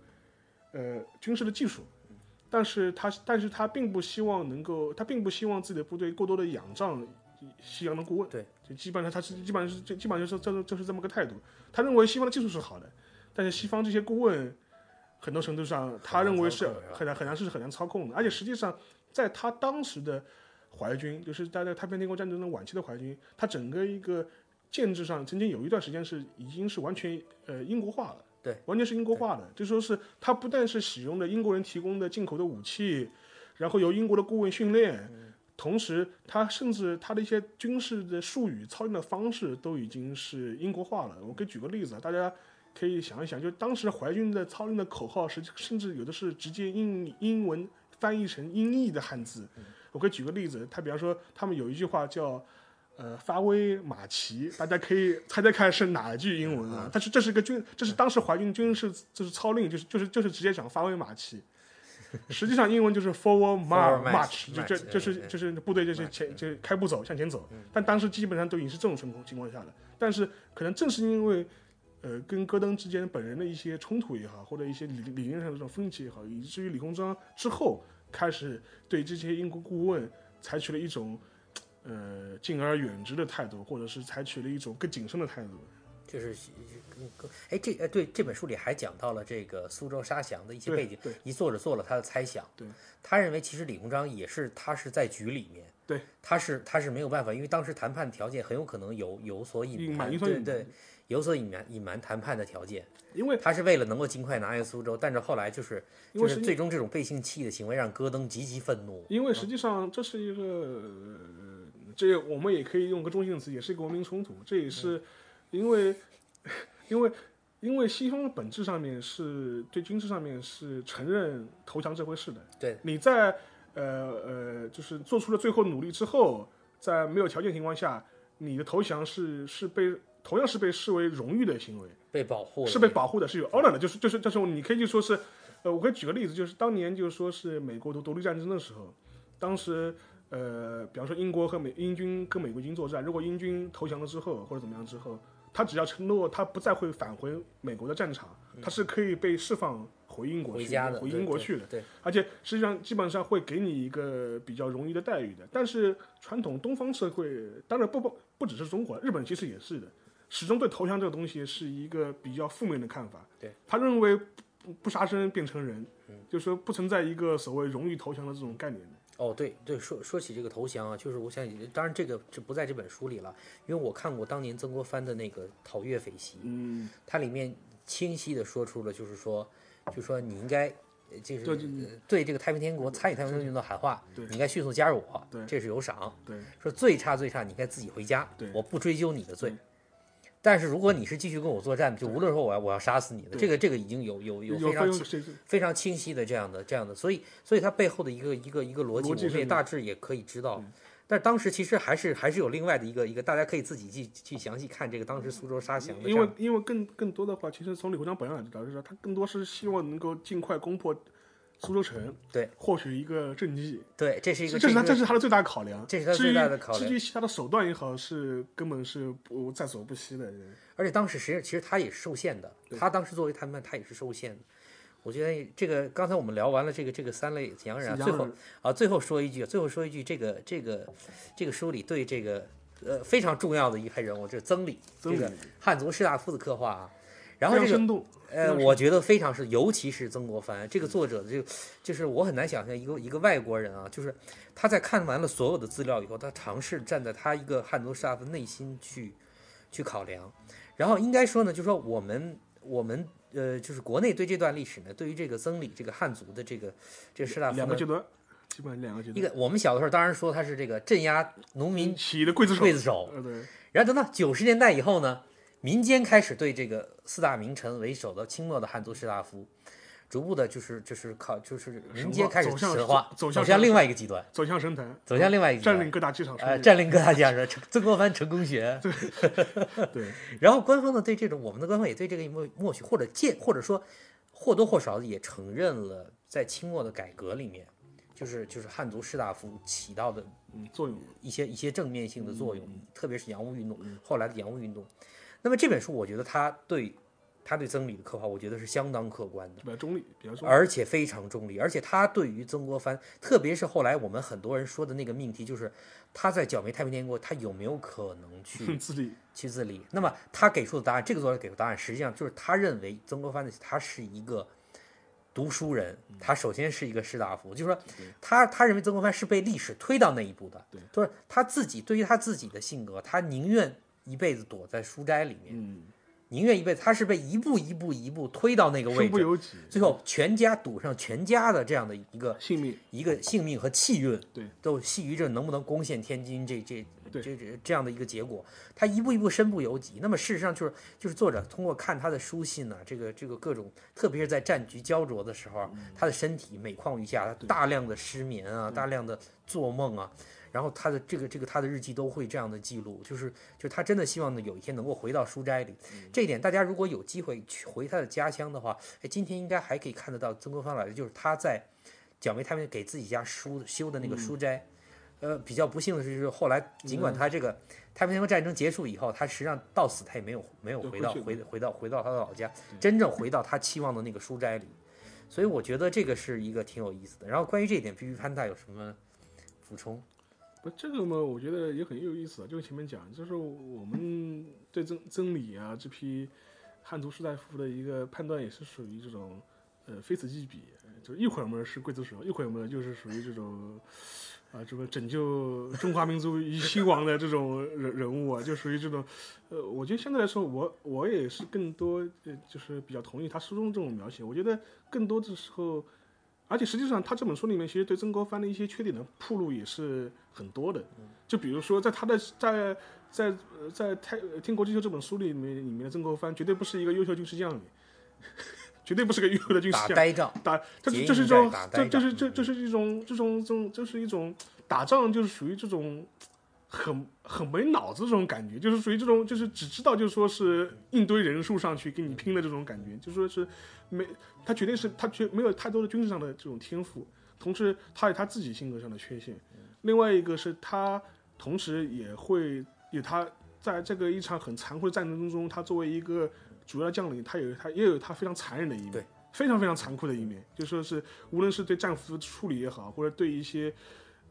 S2: 呃，军事的技术，
S1: 嗯
S2: 但是他但是他并不希望能够，他并不希望自己的部队过多的仰仗西洋的顾问。
S1: 对，
S2: 就基本上他是基本上是这基本上就是这就是这么个态度。他认为西方的技术是好的，但是西方这些顾问，很多程度上他
S1: 很难
S2: 认为
S1: 操
S2: 是
S1: 控是吧
S2: 很难很难是很难操控的，而且实际上在他当时的淮军，就是在在太平天国战争的晚期的淮军，他整个一个建制上曾经有一段时间是已经是完全呃英国化了。
S1: 对，
S2: 完全是英国化的，就说是他不但是使用了英国人提供的进口的武器，然后由英国的顾问训练，同时，他甚至他的一些军事的术语、操练的方式都已经是英国化了。我可以举个例子啊，大家可以想一想，就当时淮军的操练的口号是，甚至有的是直接英英文翻译成音译的汉字。我可以举个例子，他比方说，他们有一句话叫。呃，发威马旗，大家可以猜猜看是哪一句英
S1: 嗯
S2: 文啊？但是这是一个军，这是当时淮军军事就是操令，就是就是就是直接讲发威 马旗。实际上英文就是 forward
S1: Forward
S2: march，,
S1: march，
S2: 就这
S1: march，
S2: 就是
S1: 对嗯
S2: 就是部队就是
S1: 慢
S2: 前就是开步走向前走，但当时基本上都已经是这种情况情况下了。但是可能正是因为，呃，跟戈登之间本人的一些冲突也好，或者一些理理念上的这种分歧也好，以至于李鸿章之后开始对这些英国顾问采取了一种，呃，敬而远之的态度，或者是采取了一种更谨慎的态度。
S1: 就是更更哎这哎对这本书里还讲到了这个苏州杀降的一些背
S2: 对
S1: 景，
S2: 对
S1: 一作者做了他的猜想，
S2: 对，
S1: 他认为其实李鸿章也是他是在局里面，
S2: 对，
S1: 他是他是没有办法，因为当时谈判条件很有可能有有所隐
S2: 隐瞒
S1: 瞒，
S2: 有所
S1: 对
S2: 隐
S1: 对，有所隐瞒隐瞒谈判的条件，
S2: 因为
S1: 他是为了能够尽快拿下苏州，但是后来就是
S2: 因
S1: 就
S2: 为
S1: 是
S2: 实际
S1: 最终这种背信弃义的行为让戈登极其愤怒，
S2: 因为实际上这是一个，呃这我们也可以用个中性词，也是一个文明冲突。这也是因为，因为，因为西方本质上面是对军事上面是承认投降这回事的。
S1: 对，
S2: 你在呃呃，就是做出了最后努力之后，在没有条件情况下，你的投降是是被同样是被视为荣誉的行为。
S1: 被保护了，
S2: 是被保护的，是有 honor 的，就是就是就是你可以就说是，呃，我可以举个例子，就是当年就是说是美国独独立战争的时候，当时呃，比方说英国和美英军跟美国军作战，如果英军投降了之后或者怎么样之后，他只要承诺他不再会返回美国的战场，他是可以被释放回英国去
S1: 嗯回家的，
S2: 回
S1: 对
S2: 英国
S1: 对
S2: 去的。
S1: 对，
S2: 而且实际上基本上会给你一个比较容易的待遇的。但是传统东方社会，当然不不不只是中国，日本其实也是的，始终对投降这个东西是一个比较负面的看法。
S1: 对，嗯
S2: 他认为不不杀生便成仁，就是说不存在一个所谓荣誉投降的这种概念的。
S1: 哦，对对，说说起这个投降啊，就是我想起，当然这个这不在这本书里了，因为我看过当年曾国藩的那个《讨粤匪檄》，
S2: 嗯，
S1: 它里面清晰的说出了，就是说，就说你应该就是
S2: 对就
S1: 对这个太平天国参与太平天国运动喊话，
S2: 对
S1: 你应该迅速加入我
S2: 对，
S1: 这是有赏。
S2: 对
S1: 说最差最差，你应该自己回家
S2: 对，
S1: 我不追究你的罪
S2: 对。
S1: 但是如果你是继续跟我作战，就无论说我要我要杀死你的，
S2: 对
S1: 这个这个已经有有有
S2: 有
S1: 非常
S2: 有
S1: 清
S2: 谁
S1: 非常清晰的这样的这样的，所以所以它背后的一个一个一个逻辑，
S2: 逻辑
S1: 我们也
S2: 是
S1: 大致也可以知道
S2: 嗯。
S1: 但当时其实还是还是有另外的一个一个，大家可以自己去去详细看这个当时苏州杀降的这
S2: 因为
S1: 样。
S2: 因为更更多的话，其实从李鸿章本人来讲，就是他更多是希望能够尽快攻破苏州城，
S1: 对，
S2: 获取一个政绩，
S1: 对，这是一个
S2: 这是他
S1: 个
S2: 这是他的最大考量。
S1: 这是他最大的考量
S2: 至于至于其他的手段也好，是根本是不在所不惜的。
S1: 而且当时实际其实他也是受限的，他当时作为谈判，他也是受限的。我觉得这个刚才我们聊完了这个这个三类洋人啊，
S2: 是洋
S1: 最后
S2: 人
S1: 啊最后说一句，最后说一句，这个这个这个书里对这个呃非常重要的一派人物，这是曾李，
S2: 曾
S1: 这
S2: 李
S1: 个汉族士大夫的刻画啊。然后
S2: 非
S1: 这
S2: 常
S1: 个
S2: 生动，
S1: 呃，我觉得非常是，尤其是曾国藩这个作者的这个，就是我很难想象一个一个外国人啊，就是他在看完了所有的资料以后，他尝试站在他一个汉族沙夫内心去去考量，然后应该说呢，就说我们我们呃，就是国内对这段历史呢，对于这个曾李这个汉族的这个这个士大夫
S2: 两个
S1: 呢，
S2: 阶段，基本上两个阶
S1: 一
S2: 段。
S1: 个我们小的时候当然说他是这个镇压农民
S2: 起义嗯的刽子手，
S1: 刽子手，
S2: 呃对，
S1: 然后等到九十年代以后呢，民间开始对这个四大名臣为首的清末的汉族士大夫，逐步的就是就是靠就是民间开始
S2: 神化
S1: 神化，
S2: 走向
S1: 走向另外一个极端，
S2: 走向神坛，
S1: 走向另外一个极
S2: 占
S1: 端
S2: 领。各大机场，
S1: 呃，占领各大家说 曾国藩成功学，
S2: 对，
S1: 然后官方呢对这种我们的官方也对这个默默许或者见或者说或多或少地也承认了在清末的改革里面，就是就是汉族士大夫起到的
S2: 嗯，作用
S1: 一些一些正面性的作用，特别是洋务运动后来的洋务运动。那么这本书，我觉得他对他对曾理的刻画，我觉得是相当客观的，
S2: 比较中立，比较中立，
S1: 而且非常中立，而且他对于曾国藩，特别是后来我们很多人说的那个命题，就是他在剿灭太平天国，他有没有可能去
S2: 哼 自立，
S1: 去自立？那么他给出的答案，这个作者给出的答案，实际上就是他认为曾国藩的他是一个。读书人，
S2: 嗯
S1: 他首先是一个士大夫，就是说他他认为曾国藩是被历史推到那一步的，
S2: 对
S1: 就是他自己对于他自己的性格，他宁愿一辈子躲在书斋里面，
S2: 嗯，
S1: 宁愿一辈子，他是被一步一步一步推到那个位
S2: 身不
S1: 置，
S2: 由己，
S1: 最后全家赌上全家的这样的一个
S2: 性命，
S1: 一个性命和气运，
S2: 对，
S1: 都系于这能不能攻陷天津这这这
S2: 对
S1: 这这样的一个结果。他一步一步身不由己。那么事实上就是就是作者通过看他的书信呢、啊这个这个各种，特别是在战局焦灼的时
S2: 嗯
S1: 候，他的身体每况愈下，他大量的失眠啊，大量的做梦啊。然后他的这个这个他的日记都会这样的记录，就是就是他真的希望呢有一天能够回到书斋里，
S2: 嗯
S1: 这一点大家如果有机会去回他的家乡的话，哎，今天应该还可以看得到曾国藩老师，就是他在蒋梅他们给自己家书修的那个书
S2: 嗯
S1: 斋。呃，比较不幸的是，就是后来尽管他这个太平洋战争结束以后，他实际上到死他也没有没有
S2: 对
S1: 回
S2: 回
S1: 到
S2: 去嗯
S1: 回回到回到他的老家，真正回到他期望的那个书斋里。所以我觉得这个是一个挺有意思的。然后关于这一点，必须潘大有什么补充？
S2: 不，这个嘛，我觉得也很有意思啊。就跟前面讲，就是我们对曾曾理啊这批汉族士大夫的一个判断，也是属于这种呃非此即彼，就是一会儿嘛是刽子手，一会儿嘛就是属于这种啊这个拯救中华民族于兴亡的这种人人物啊，就属于这种呃，我觉得相对来说，我我也是更多呃就是比较同意他书中这种描写。我觉得更多的时候。而且实际上，他这本书里面其实对曾国藩的一些缺点的铺路也是很多的。就比如说，在他的在在呃在《太呃天国之秋》这本书里面，里面的曾国藩绝对不是一个优秀军事将领， 绝对不是个优秀的军事
S1: 打
S2: 将领。
S1: 呆仗，
S2: 打，这
S1: 结
S2: 这是
S1: 营
S2: 一
S1: 寨
S2: 种
S1: 打，呆
S2: 这这
S1: 仗
S2: 是这这是一种这种这种这是一种打仗，就是属于这种很很没脑子这种感觉，就是属于这种就是只知道就说是一堆人数上去跟你拼的这种感觉，就说是没他绝对是他绝没有太多的军事上的这种天赋，同时他有他自己性格上的缺陷，另外一个是他同时也会有他在这个一场很残酷的战争中，他作为一个主要将领，他有他也有他非常残忍的一面，
S1: 对，
S2: 非常非常残酷的一面，就说是无论是对战俘的处理也好，或者对一些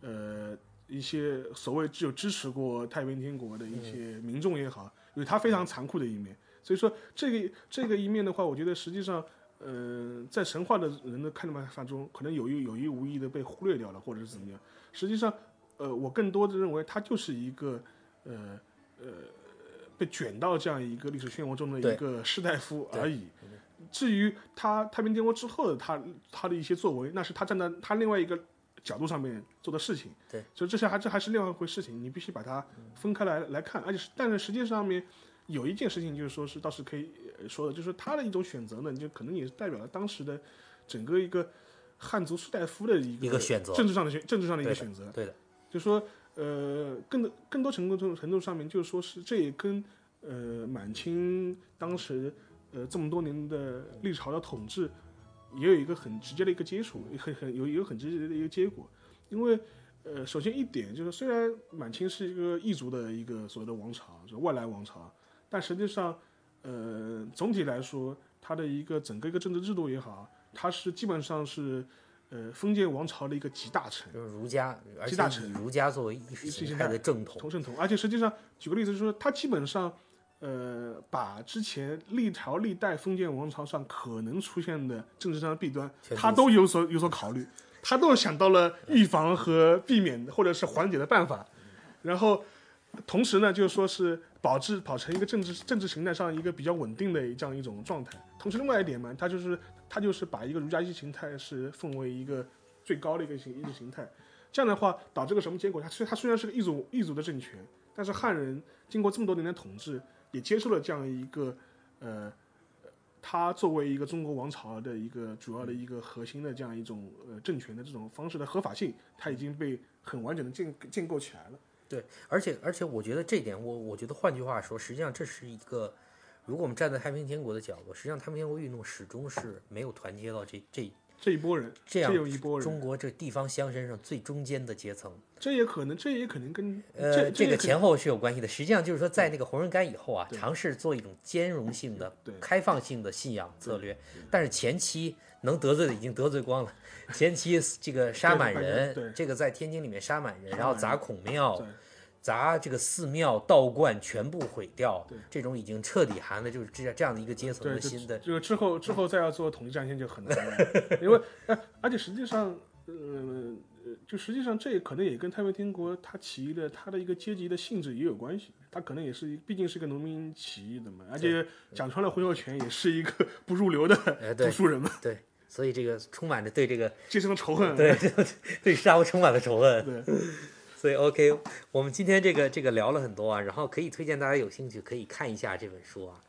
S2: 呃一些所谓只有支持过太平天国的一些民众也好，有他非常残酷的一面。所以说这个这个一面的话，我觉得实际上。呃，在神话的人的看法中，可能有意有意无意的被忽略掉了，或者是怎么样。实际上，呃，我更多的认为他就是一个呃呃被卷到这样一个历史漩涡中的
S1: 对
S2: 一个士大夫而已。至于他《太平天国》之后的他他的一些作为，那是他站在他另外一个角度上面做的事情。
S1: 对，
S2: 所以这是还这还是另外一回事情，你必须把它分开来来看。而且是，但是实际上面有一件事情，就是说是倒是可以呃说的，就是他的一种选择呢，你就可能也是代表了当时的整个一个汉族士大夫的一个
S1: 一个选择
S2: 政治上的选政治上的一
S1: 对
S2: 个
S1: 的
S2: 选择。
S1: 对的，
S2: 就说呃，更多更多程度程度上面，就是说是这也跟呃满清当时呃这么多年的历朝的统治也有一个很直接的一个接触，很很有有很直接的一个结果，因为。呃，首先一点就是，虽然满清是一个异族的一个所谓的王朝，就是外来王朝，但实际上，呃，总体来说，它的一个整个一个政治制度也好，它是基本上是，呃，封建王朝的一个集大成。
S1: 就是儒家，而
S2: 集大
S1: 且以儒家作为意识
S2: 意识
S1: 形
S2: 形
S1: 态
S2: 态
S1: 的正统，
S2: 同正统，而且实际上，举个例子，就是说他基本上，呃，把之前历朝历代封建王朝上可能出现的政治上的弊端，
S1: 全
S2: 他都有所有所考虑，他都想到了预防和避免或者是缓解的办法，然后同时呢，就是说是保持保持一个政治政治形态上一个比较稳定的这样一种状态。同时，另外一点嘛，他就是他就是把一个儒家意识形态是奉为一个最高的一个形意识形态。这样的话，导致个什么结果？它虽它虽然是个异族异族的政权，但是汉人经过这么多年的统治，也接受了这样一个呃，他作为一个中国王朝的一个主要的一个核心的这样一种呃政权的这种方式的合法性，它已经被很完整的建建构起来了。
S1: 对，而且而且我觉得这一点，我我觉得换句话说，实际上这是一个，如果我们站在太平天国的角度，实际上太平天国运动始终是没有团结到这这
S2: 这一波人，
S1: 这
S2: 这
S1: 样
S2: 有一波人，
S1: 中国这地方乡绅上最中间的阶层。
S2: 这也可能，这也可能跟
S1: 呃，
S2: 这
S1: 这
S2: 也
S1: 个
S2: 可能
S1: 前后是有关系的。实际上就是说，在那个黄仁干以后啊，
S2: 对
S1: 尝试做一种兼容性的
S2: 对、
S1: 开放性的信仰策略，但是前期能得罪的已经得罪光了。前 期这个杀满
S2: 对
S1: 人
S2: 对，
S1: 这个在天津里面杀满人，
S2: 杀
S1: 然后
S2: 满
S1: 砸
S2: 人
S1: 孔庙
S2: 对，
S1: 砸这个寺庙、道观全部毁掉
S2: 对，
S1: 这种已经彻底含了就是这样这样的一个阶层
S2: 对
S1: 的
S2: 就
S1: 新的
S2: 这个之后之后再要做统一战线就很 难了，因为呃，而且实际上，呃，呃就实际上这可能也跟太平天国它起义的它的一个阶级的性质也有关系，它可能也是毕竟是个农民起义的嘛，而且讲穿了，胡秀全也是一个 不入流的
S1: 哎对
S2: 读书人嘛，
S1: 对，所以这个充满着对这个
S2: 这生的仇恨。
S1: 对对沙俄充满了仇恨。
S2: 对，
S1: 所以 OK，我们今天这个这个聊了很多啊，然后可以推荐大家有兴趣可以看一下这本书啊。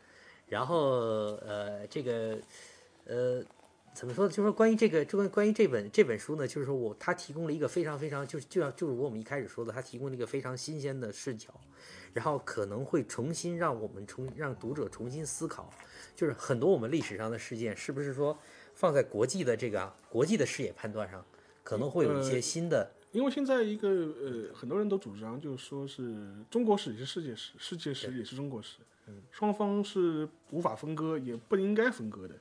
S1: 然后呃，这个呃，怎么说呢？就是说关于这个，这关关于这本这本书呢，就是说我它提供了一个非常非常，就是就像就如我们一开始说的，它提供了一个非常新鲜的视角，然后可能会重新让我们重让读者重新思考，就是很多我们历史上的事件是不是说放在国际的这个啊国际的视野判断上，可能会有一些
S2: 呃
S1: 新的。
S2: 因为现在一个呃，很多人都主张就是说是中国史也是世界史，世界史也是中国史，双方是无法分割，也不应该分割的。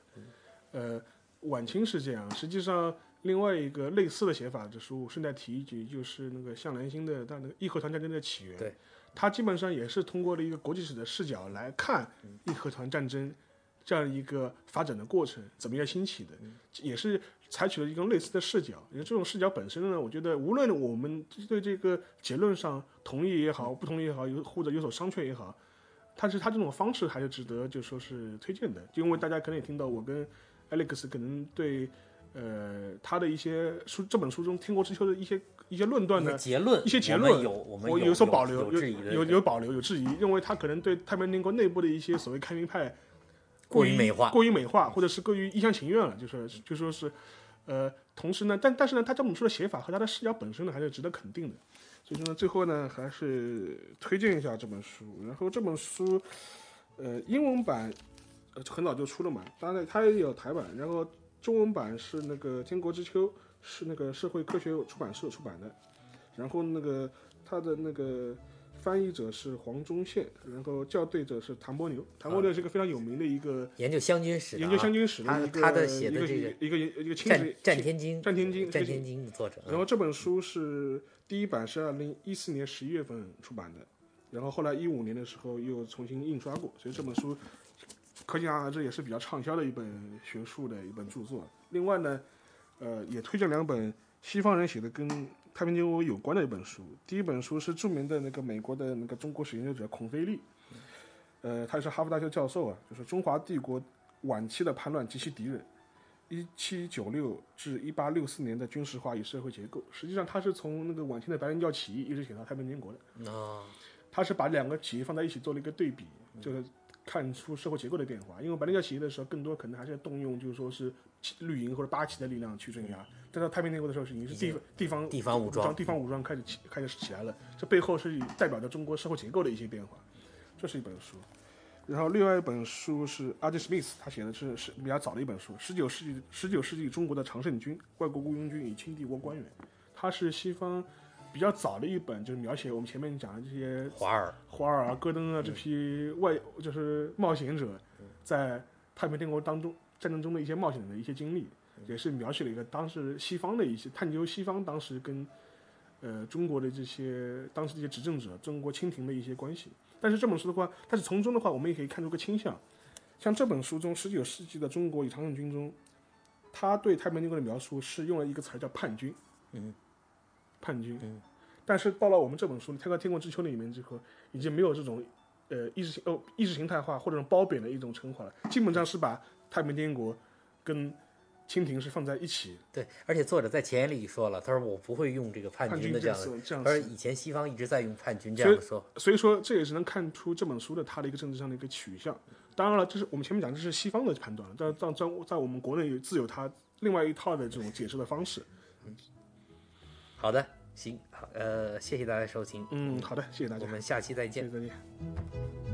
S2: 呃，晚清是这样，实际上另外一个类似的写法的书，顺带提一句，就是那个向兰心的《那个义和团战争的起源》，
S1: 对，
S2: 它基本上也是通过了一个国际史的视角来看义和团战争这样一个发展的过程，怎么样兴起的，也是采取了一种类似的视角。因为这种视角本身呢，我觉得无论我们对这个结论上同意也好，不同意也好，有或者有所商榷也好，但是他这种方式还是值得就说是推荐的，就因为大家可能也听到我跟 Alex 可能对。呃，他的一些书这本书中《天国之秋》的一些一些论断
S1: 一
S2: 呢
S1: 些，结论，
S2: 一些结
S1: 我们
S2: 论
S1: 有我们
S2: 我
S1: 有
S2: 所保留，
S1: 有质疑的，
S2: 有有保留，有质疑，认为他可能对太平天国内部的一些所谓开明派
S1: 过于
S2: 于
S1: 美化
S2: 过于美化，或者是过于一厢情愿了，就是就说是，呃，同时呢，但但是呢，他这本书的写法和他的视角本身呢，还是值得肯定的。所以说呢，最后呢，还是推荐一下这本书。然后这本书，呃，英文版呃很早就出了嘛，当然它也有台版，然后中文版是那个《天国之秋》，是那个社会科学出版社出版的。然后那个它的那个翻译者是黄忠宪，然后校对者是唐伯牛。唐伯牛是一个非常有名的一个
S1: 研究湘军史的啊，
S2: 研究湘军史
S1: 他
S2: 的一个
S1: 他的写的这
S2: 一
S1: 个
S2: 个一个一个一个亲
S1: 战
S2: 子
S1: 战天津，
S2: 战天津
S1: 战
S2: 这个
S1: 天津的作者，
S2: 然后这本书是第一版是二零一四年十一月份出版的，然后后来一五年的时候又重新印刷过，所以这本书可想而知也是比较畅销的一本学术的一本著作。另外呢，呃，也推荐两本西方人写的跟太平天国有关的一本书。第一本书是著名的那个美国的那个中国史研究者孔飞利，呃，他是哈佛大学教授啊，就是中华帝国晚期的叛乱及其敌人。一七九六至一八六四年的军事化与社会结构，实际上它是从那个晚清的白莲教起义一直写到太平天国的。
S1: 啊，
S2: 它是把两个起义放在一起做了一个对比，
S1: 嗯
S2: 就是看出社会结构的变化。因为白莲教起义的时候，更多可能还是动用就是说是绿营或者八旗的力量去镇压，但到太平天国的时候，已经是地地方
S1: 嗯地方武装，
S2: 地方武装开始起开始起来了。这背后是代表着中国社会结构的一些变化。这是一本书。然后另外一本书是阿基史密斯，他写的是是比较早的一本书，十九世纪十九世纪中国的常胜军、外国雇佣军与清帝国官员，它是西方比较早的一本，就是描写我们前面讲的这些
S1: 华尔
S2: 华尔啊、戈登啊这批外就是冒险者，在太平天国当中战争中的一些冒险的一些经历，也是描写了一个当时西方的一些探究西方当时跟呃中国的这些当时这些执政者、中国清廷的一些关系。但是这本书的话，但是从中的话，我们也可以看出个倾向。像这本书中，十九世纪的中国与常胜军中，他对太平天国的描述是用了一个词儿叫叛军，
S1: 嗯，
S2: 叛军。
S1: 嗯
S2: 但是到了我们这本书《天高天国之秋》里面之后，已经没有这种呃意识形哦意识形态化或者这种褒贬的一种称呼了，基本上是把太平天国跟清廷是放在一起，
S1: 对，而且作者在前言里说了，他说我不会用这个叛
S2: 叛
S1: 军的
S2: 军
S1: 这样
S2: 这样
S1: 的，
S2: 子这样
S1: 而
S2: 子。
S1: 以前西方一直在用叛军这
S2: 所
S1: 样
S2: 以
S1: 的说法，
S2: 所以说，这也是能看出这本书的它的一个政治上的一个取向。当然了，这是我们前面讲，这是西方的判断了，但但在在我们国内有自有它另外一套的这种解释的方式。
S1: 好的，行，好，呃，谢谢大家收听，
S2: 嗯，好的，谢谢大家
S1: 我，们下期再
S2: 谢
S1: 见
S2: 谢。再见。
S1: 嗯。